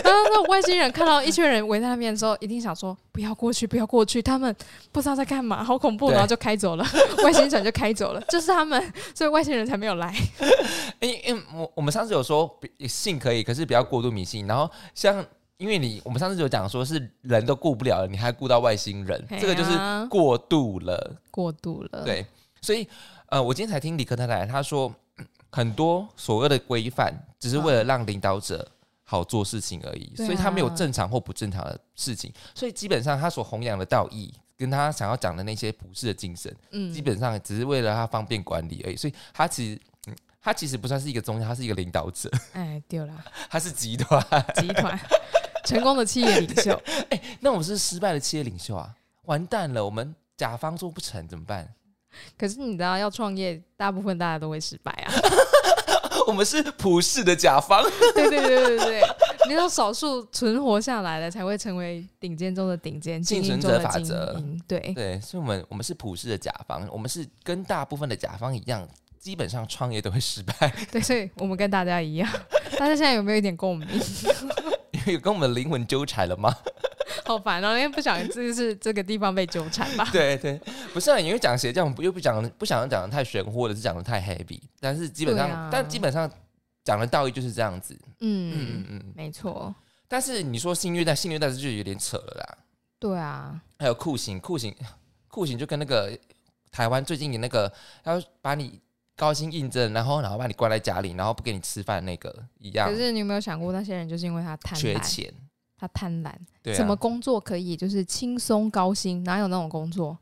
[SPEAKER 2] 然后那外星人看到一群人围在那边的时候，一定想说不要过去，不要过去，他们不知道在干嘛，好恐怖，
[SPEAKER 1] 对
[SPEAKER 2] 然后就开走了，外星人就开走了，就是他们，所以外星人才没有来。
[SPEAKER 1] 因因为我我们上次有说比信可以，可是不要过度迷信。然后像因为你我们上次有讲说是人都顾不了了，你还顾到外星人，这个就是
[SPEAKER 2] 嘿啊
[SPEAKER 1] 过度了。
[SPEAKER 2] 过度了，，
[SPEAKER 1] 对，所以呃，我今天才听理科太太她说，嗯很多所谓的规范只是为了让领导者。好做事情而已，
[SPEAKER 2] 对啊
[SPEAKER 1] 所以他没有正常或不正常的事情，所以基本上他所弘扬的道义，跟他想要讲的那些普世的精神，
[SPEAKER 2] 嗯
[SPEAKER 1] 基，本上只是为了他方便管理而已，所以他其实。嗯他其实不算是一个宗教，他是一个领导者，
[SPEAKER 2] 哎，丢啦，
[SPEAKER 1] 他是集 团。
[SPEAKER 2] 集团成功的企业领袖，
[SPEAKER 1] 那我们是失败的企业领袖啊，完蛋了！我们甲方做不成怎么办？
[SPEAKER 2] 可是你知道要创业，大部分大家都会失败啊。
[SPEAKER 1] 我们是普世的甲方，
[SPEAKER 2] 对对对对对，你要少数存活下来的才会成为顶尖中的顶尖，
[SPEAKER 1] 幸存
[SPEAKER 2] 精英中
[SPEAKER 1] 者
[SPEAKER 2] 的
[SPEAKER 1] 法
[SPEAKER 2] 精
[SPEAKER 1] 则
[SPEAKER 2] 英。 对，
[SPEAKER 1] 对，所以我们我们是普世的甲方，我们是跟大部分的甲方一样，基本上创业都会失败，
[SPEAKER 2] 对，所以我们跟大家一样， 大家现在有没有一点共 鸣？
[SPEAKER 1] 因为有跟我们的灵魂纠缠了吗？
[SPEAKER 2] 好烦哦，因为不想就是这个地方被纠缠吧。
[SPEAKER 1] 对对，不是、啊，因为讲邪教，我们不又不讲，不想讲的太玄乎，或者是讲的太 heavy，但是基本上，
[SPEAKER 2] 对啊
[SPEAKER 1] 但基本上讲的道义就是这样子。嗯
[SPEAKER 2] 嗯，
[SPEAKER 1] 嗯嗯。
[SPEAKER 2] 没错，
[SPEAKER 1] 但是你说性虐待，性虐待就有点扯了啦。
[SPEAKER 2] 对啊，
[SPEAKER 1] 还有酷刑，酷刑，酷刑就跟那个台湾最近的那个要把你高薪应征，然后然后把你关在家里，然后不给你吃饭那个一样
[SPEAKER 2] 可，是你有没有想过，那些人就是因为他贪
[SPEAKER 1] 缺
[SPEAKER 2] 婪，
[SPEAKER 1] 钱，
[SPEAKER 2] 他贪婪，
[SPEAKER 1] 对、啊，
[SPEAKER 2] 什么工作可以就是轻松高薪？哪有那种工作？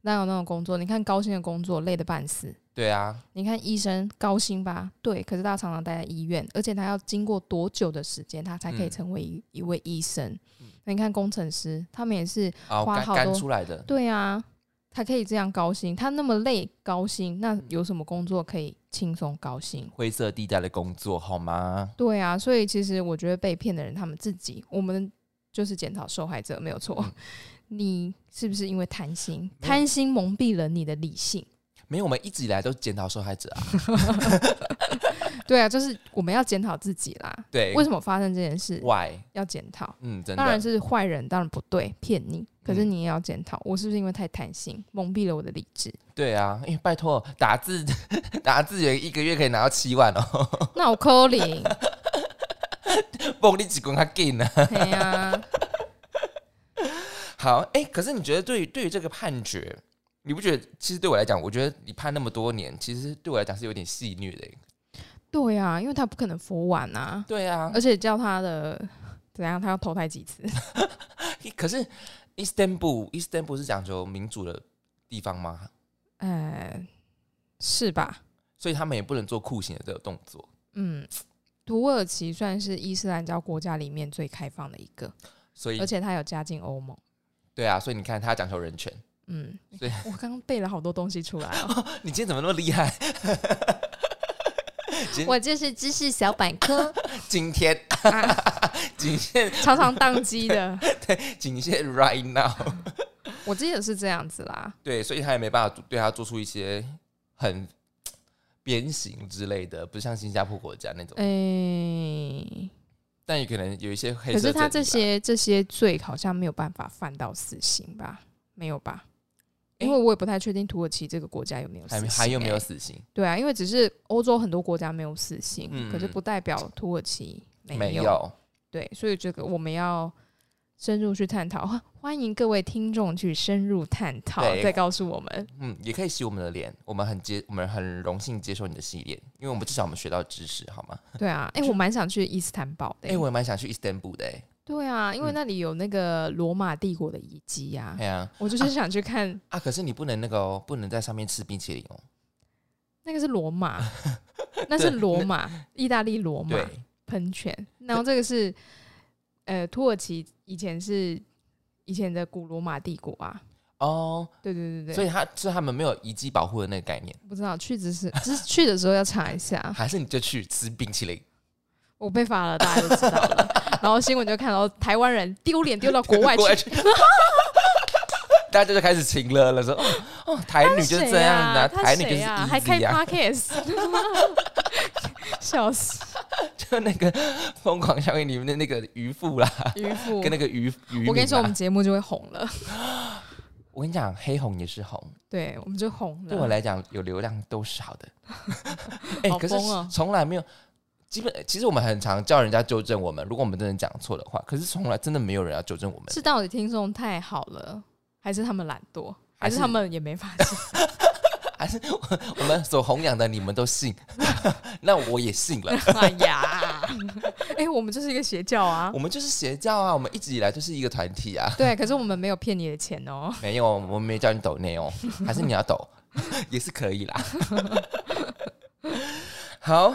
[SPEAKER 2] 哪有那种工作？你看高薪的工作累得半死，
[SPEAKER 1] 对啊，
[SPEAKER 2] 你看医生高薪吧，对，可是他常常待在医院，而且他要经过多久的时间，他才可以
[SPEAKER 1] 嗯
[SPEAKER 2] 成为一一位医生？那你看工程师，他们也是
[SPEAKER 1] 啊，
[SPEAKER 2] 花
[SPEAKER 1] 干
[SPEAKER 2] 好
[SPEAKER 1] 干
[SPEAKER 2] 多
[SPEAKER 1] 出来的，
[SPEAKER 2] 对啊，他可以这样高薪，他那么累高薪，那
[SPEAKER 1] 嗯
[SPEAKER 2] 有什么工作可以轻松高薪？
[SPEAKER 1] 灰色地带的工作好吗？
[SPEAKER 2] 对啊，所以其实我觉得被骗的人他们自己，我们就是检讨受害者没有错
[SPEAKER 1] 嗯。
[SPEAKER 2] 你是不是因为贪心？
[SPEAKER 1] 有
[SPEAKER 2] 贪心蒙蔽了你的理性。
[SPEAKER 1] 没有，我们一直以来都是检讨受害者啊，
[SPEAKER 2] 对啊，就是我们要检讨自己啦。
[SPEAKER 1] 对
[SPEAKER 2] 为什么发生这件事
[SPEAKER 1] Why？
[SPEAKER 2] 要检讨？
[SPEAKER 1] 嗯，哎真的，嗯
[SPEAKER 2] 当然是坏人，当然不对，骗你。可是你也要检讨，我是不是因为太贪心，蒙蔽了我的理智？
[SPEAKER 1] 对啊，因为拜托打字 打字也一个月可以拿到七万哦，
[SPEAKER 2] 那我扣零，
[SPEAKER 1] 蹦你几公他 g 呢？
[SPEAKER 2] 对呀，
[SPEAKER 1] 好，哎、可是你觉得对于对于这个判决，你不觉得其实对我来讲，我觉得你判那么多年，其实对我来讲是有点戏虐的耶。
[SPEAKER 2] 对呀、因为他不可能服完啊，
[SPEAKER 1] 对啊，
[SPEAKER 2] 而且叫他的怎样，他要投胎几次？
[SPEAKER 1] 可是伊斯坦布伊斯坦布是讲究民主的地方吗？
[SPEAKER 2] 呃，是吧？
[SPEAKER 1] 所以他们也不能做酷刑的这个动作。
[SPEAKER 2] 嗯，土耳其算是伊斯兰教国家里面最开放的一个，
[SPEAKER 1] 所以
[SPEAKER 2] 而且它有加进欧盟。
[SPEAKER 1] 对啊，所以你看他讲求人权，
[SPEAKER 2] 嗯，
[SPEAKER 1] 对
[SPEAKER 2] 我刚刚背了好多东西出来哦、
[SPEAKER 1] 你今天怎么那么厉害？
[SPEAKER 2] 我就是知识小百科，
[SPEAKER 1] 今天
[SPEAKER 2] 啊、
[SPEAKER 1] 仅限
[SPEAKER 2] 常常宕机的。
[SPEAKER 1] 仅限 right now。
[SPEAKER 2] 我记得是这样子啦，
[SPEAKER 1] 对，所以他也没办法对他做出一些很鞭刑之类的，不像新加坡国家那种，
[SPEAKER 2] 诶、
[SPEAKER 1] 但也可能有一些黑
[SPEAKER 2] 可
[SPEAKER 1] 色正
[SPEAKER 2] 是
[SPEAKER 1] 义吧。
[SPEAKER 2] 他这些这些罪好像没有办法犯到死刑吧？没有吧？因为我也不太确定土耳其这个国家有没有死
[SPEAKER 1] 还
[SPEAKER 2] 刑、
[SPEAKER 1] 还有没有
[SPEAKER 2] 欸？
[SPEAKER 1] 死刑？
[SPEAKER 2] 对啊，因为只是欧洲很多国家没有死刑，
[SPEAKER 1] 嗯
[SPEAKER 2] 可是不代表土耳其没
[SPEAKER 1] 没有，
[SPEAKER 2] 对，所以这个我们要深入去探讨，欢 欢迎各位听众去深入探讨，
[SPEAKER 1] 对
[SPEAKER 2] 再告诉我们。
[SPEAKER 1] 嗯，也可以洗我们的脸，我们很接，我们很荣幸接受你的系列，因为我们至少我们学到知识，好吗？
[SPEAKER 2] 对啊， 哎、我蛮想去伊斯坦堡的、
[SPEAKER 1] 哎、我也蛮想去伊斯坦布的、欸，
[SPEAKER 2] 对啊，因为
[SPEAKER 1] 嗯
[SPEAKER 2] 那里有那个罗马帝国的遗迹呀
[SPEAKER 1] 哎、，呀
[SPEAKER 2] 我就是想去看。
[SPEAKER 1] 啊，可是你不能那个哦，不能在上面吃冰淇淋哦，
[SPEAKER 2] 那个是 罗马，那是罗马，意大利罗马
[SPEAKER 1] 对，
[SPEAKER 2] 喷泉。然后这个是呃，土耳其以前是以前的古罗马帝国啊。
[SPEAKER 1] 哦，
[SPEAKER 2] 对对对
[SPEAKER 1] 所
[SPEAKER 2] 对，
[SPEAKER 1] 以他所以他们没有遗迹保护的那个概念，
[SPEAKER 2] 不知道去只是 只是去的时候要查一下。
[SPEAKER 1] 还是你就去吃冰淇淋？
[SPEAKER 2] 我被罚了，大家都知道了。 然后新闻就看到台湾人丢脸丢到哦国外
[SPEAKER 1] 去。
[SPEAKER 2] 去，
[SPEAKER 1] 大家就开始情了了，说哦哦，台女就是这样的、
[SPEAKER 2] 啊，他
[SPEAKER 1] 台女就是
[SPEAKER 2] 谁啊？还
[SPEAKER 1] easy
[SPEAKER 2] 开
[SPEAKER 1] 呀、
[SPEAKER 2] podcast，笑死，
[SPEAKER 1] 就那个《疯狂效应》里面的那个渔夫啦，
[SPEAKER 2] 渔夫
[SPEAKER 1] 跟。那个渔渔民啦。
[SPEAKER 2] 哦
[SPEAKER 1] 啊
[SPEAKER 2] 我跟你说，我们节目就会红了，
[SPEAKER 1] 我跟你讲，黑红也是红，
[SPEAKER 2] 对，啊我们就红了。
[SPEAKER 1] 对啊我来讲，有流量都是好 的。哎、
[SPEAKER 2] 好
[SPEAKER 1] 可是
[SPEAKER 2] 疯哦
[SPEAKER 1] 从来没有，基本其实我们很常叫人家纠正我们，如果我们真的讲错的话，可是从来真的没有人要纠正我们。
[SPEAKER 2] 是到底听众太好了，还是他们懒惰，
[SPEAKER 1] 还
[SPEAKER 2] 还
[SPEAKER 1] 是
[SPEAKER 2] 是他们也没发 现？
[SPEAKER 1] 还是我 我们所弘扬的，你们都信， 那我也信了。
[SPEAKER 2] 哎呀， 哎、我们就是一个邪教啊
[SPEAKER 1] 我。们就是邪教啊，我们一直以来就是一个团体啊。
[SPEAKER 2] 对，可是我们没有骗你的钱哦。
[SPEAKER 1] 没有，我没叫你抖内哦， 还是你要抖，也是可以啦。 好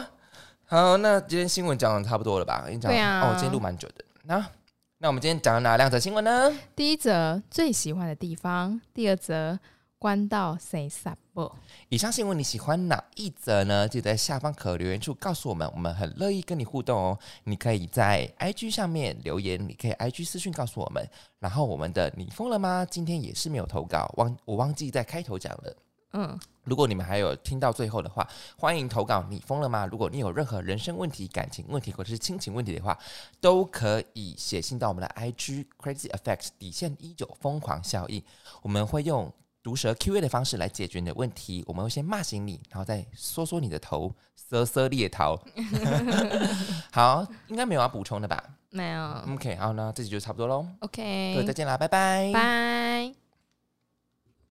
[SPEAKER 1] 好，那今天新闻讲的差不多了吧？已经讲
[SPEAKER 2] 对啊
[SPEAKER 1] 哦，我今天录蛮久的。那那我们今天讲了哪两则新闻呢？
[SPEAKER 2] 第一则最喜欢的地方，第二则关到 say s u b
[SPEAKER 1] 以上新闻你喜欢哪一则呢？记得在下方可留言处告诉我们，我们很乐意跟你互动哦。你可以在 IG 上面留言，你可以 IG 私讯告诉我们。然后我们的你疯了吗？今天也是没有投稿，忘我忘记在开头讲了。
[SPEAKER 2] 嗯，
[SPEAKER 1] 如果你们还有听到最后的话，欢迎投稿。你疯了吗？如果你有任何人生问题、感情问题或者是亲情问题的话，都可以写信到我们的 IG Crazy Effect 底线一九疯狂效应，我们会用毒舌 Q&A 的方式来解决你的问题。我们会先骂醒你，然后再说说你的头，瑟瑟裂桃。 好，应该没有要补充的吧
[SPEAKER 2] 没有。
[SPEAKER 1] 嗯？OK，好，那这集就差不多喽，各位再
[SPEAKER 2] OK，
[SPEAKER 1] 见啦，拜拜，
[SPEAKER 2] 拜。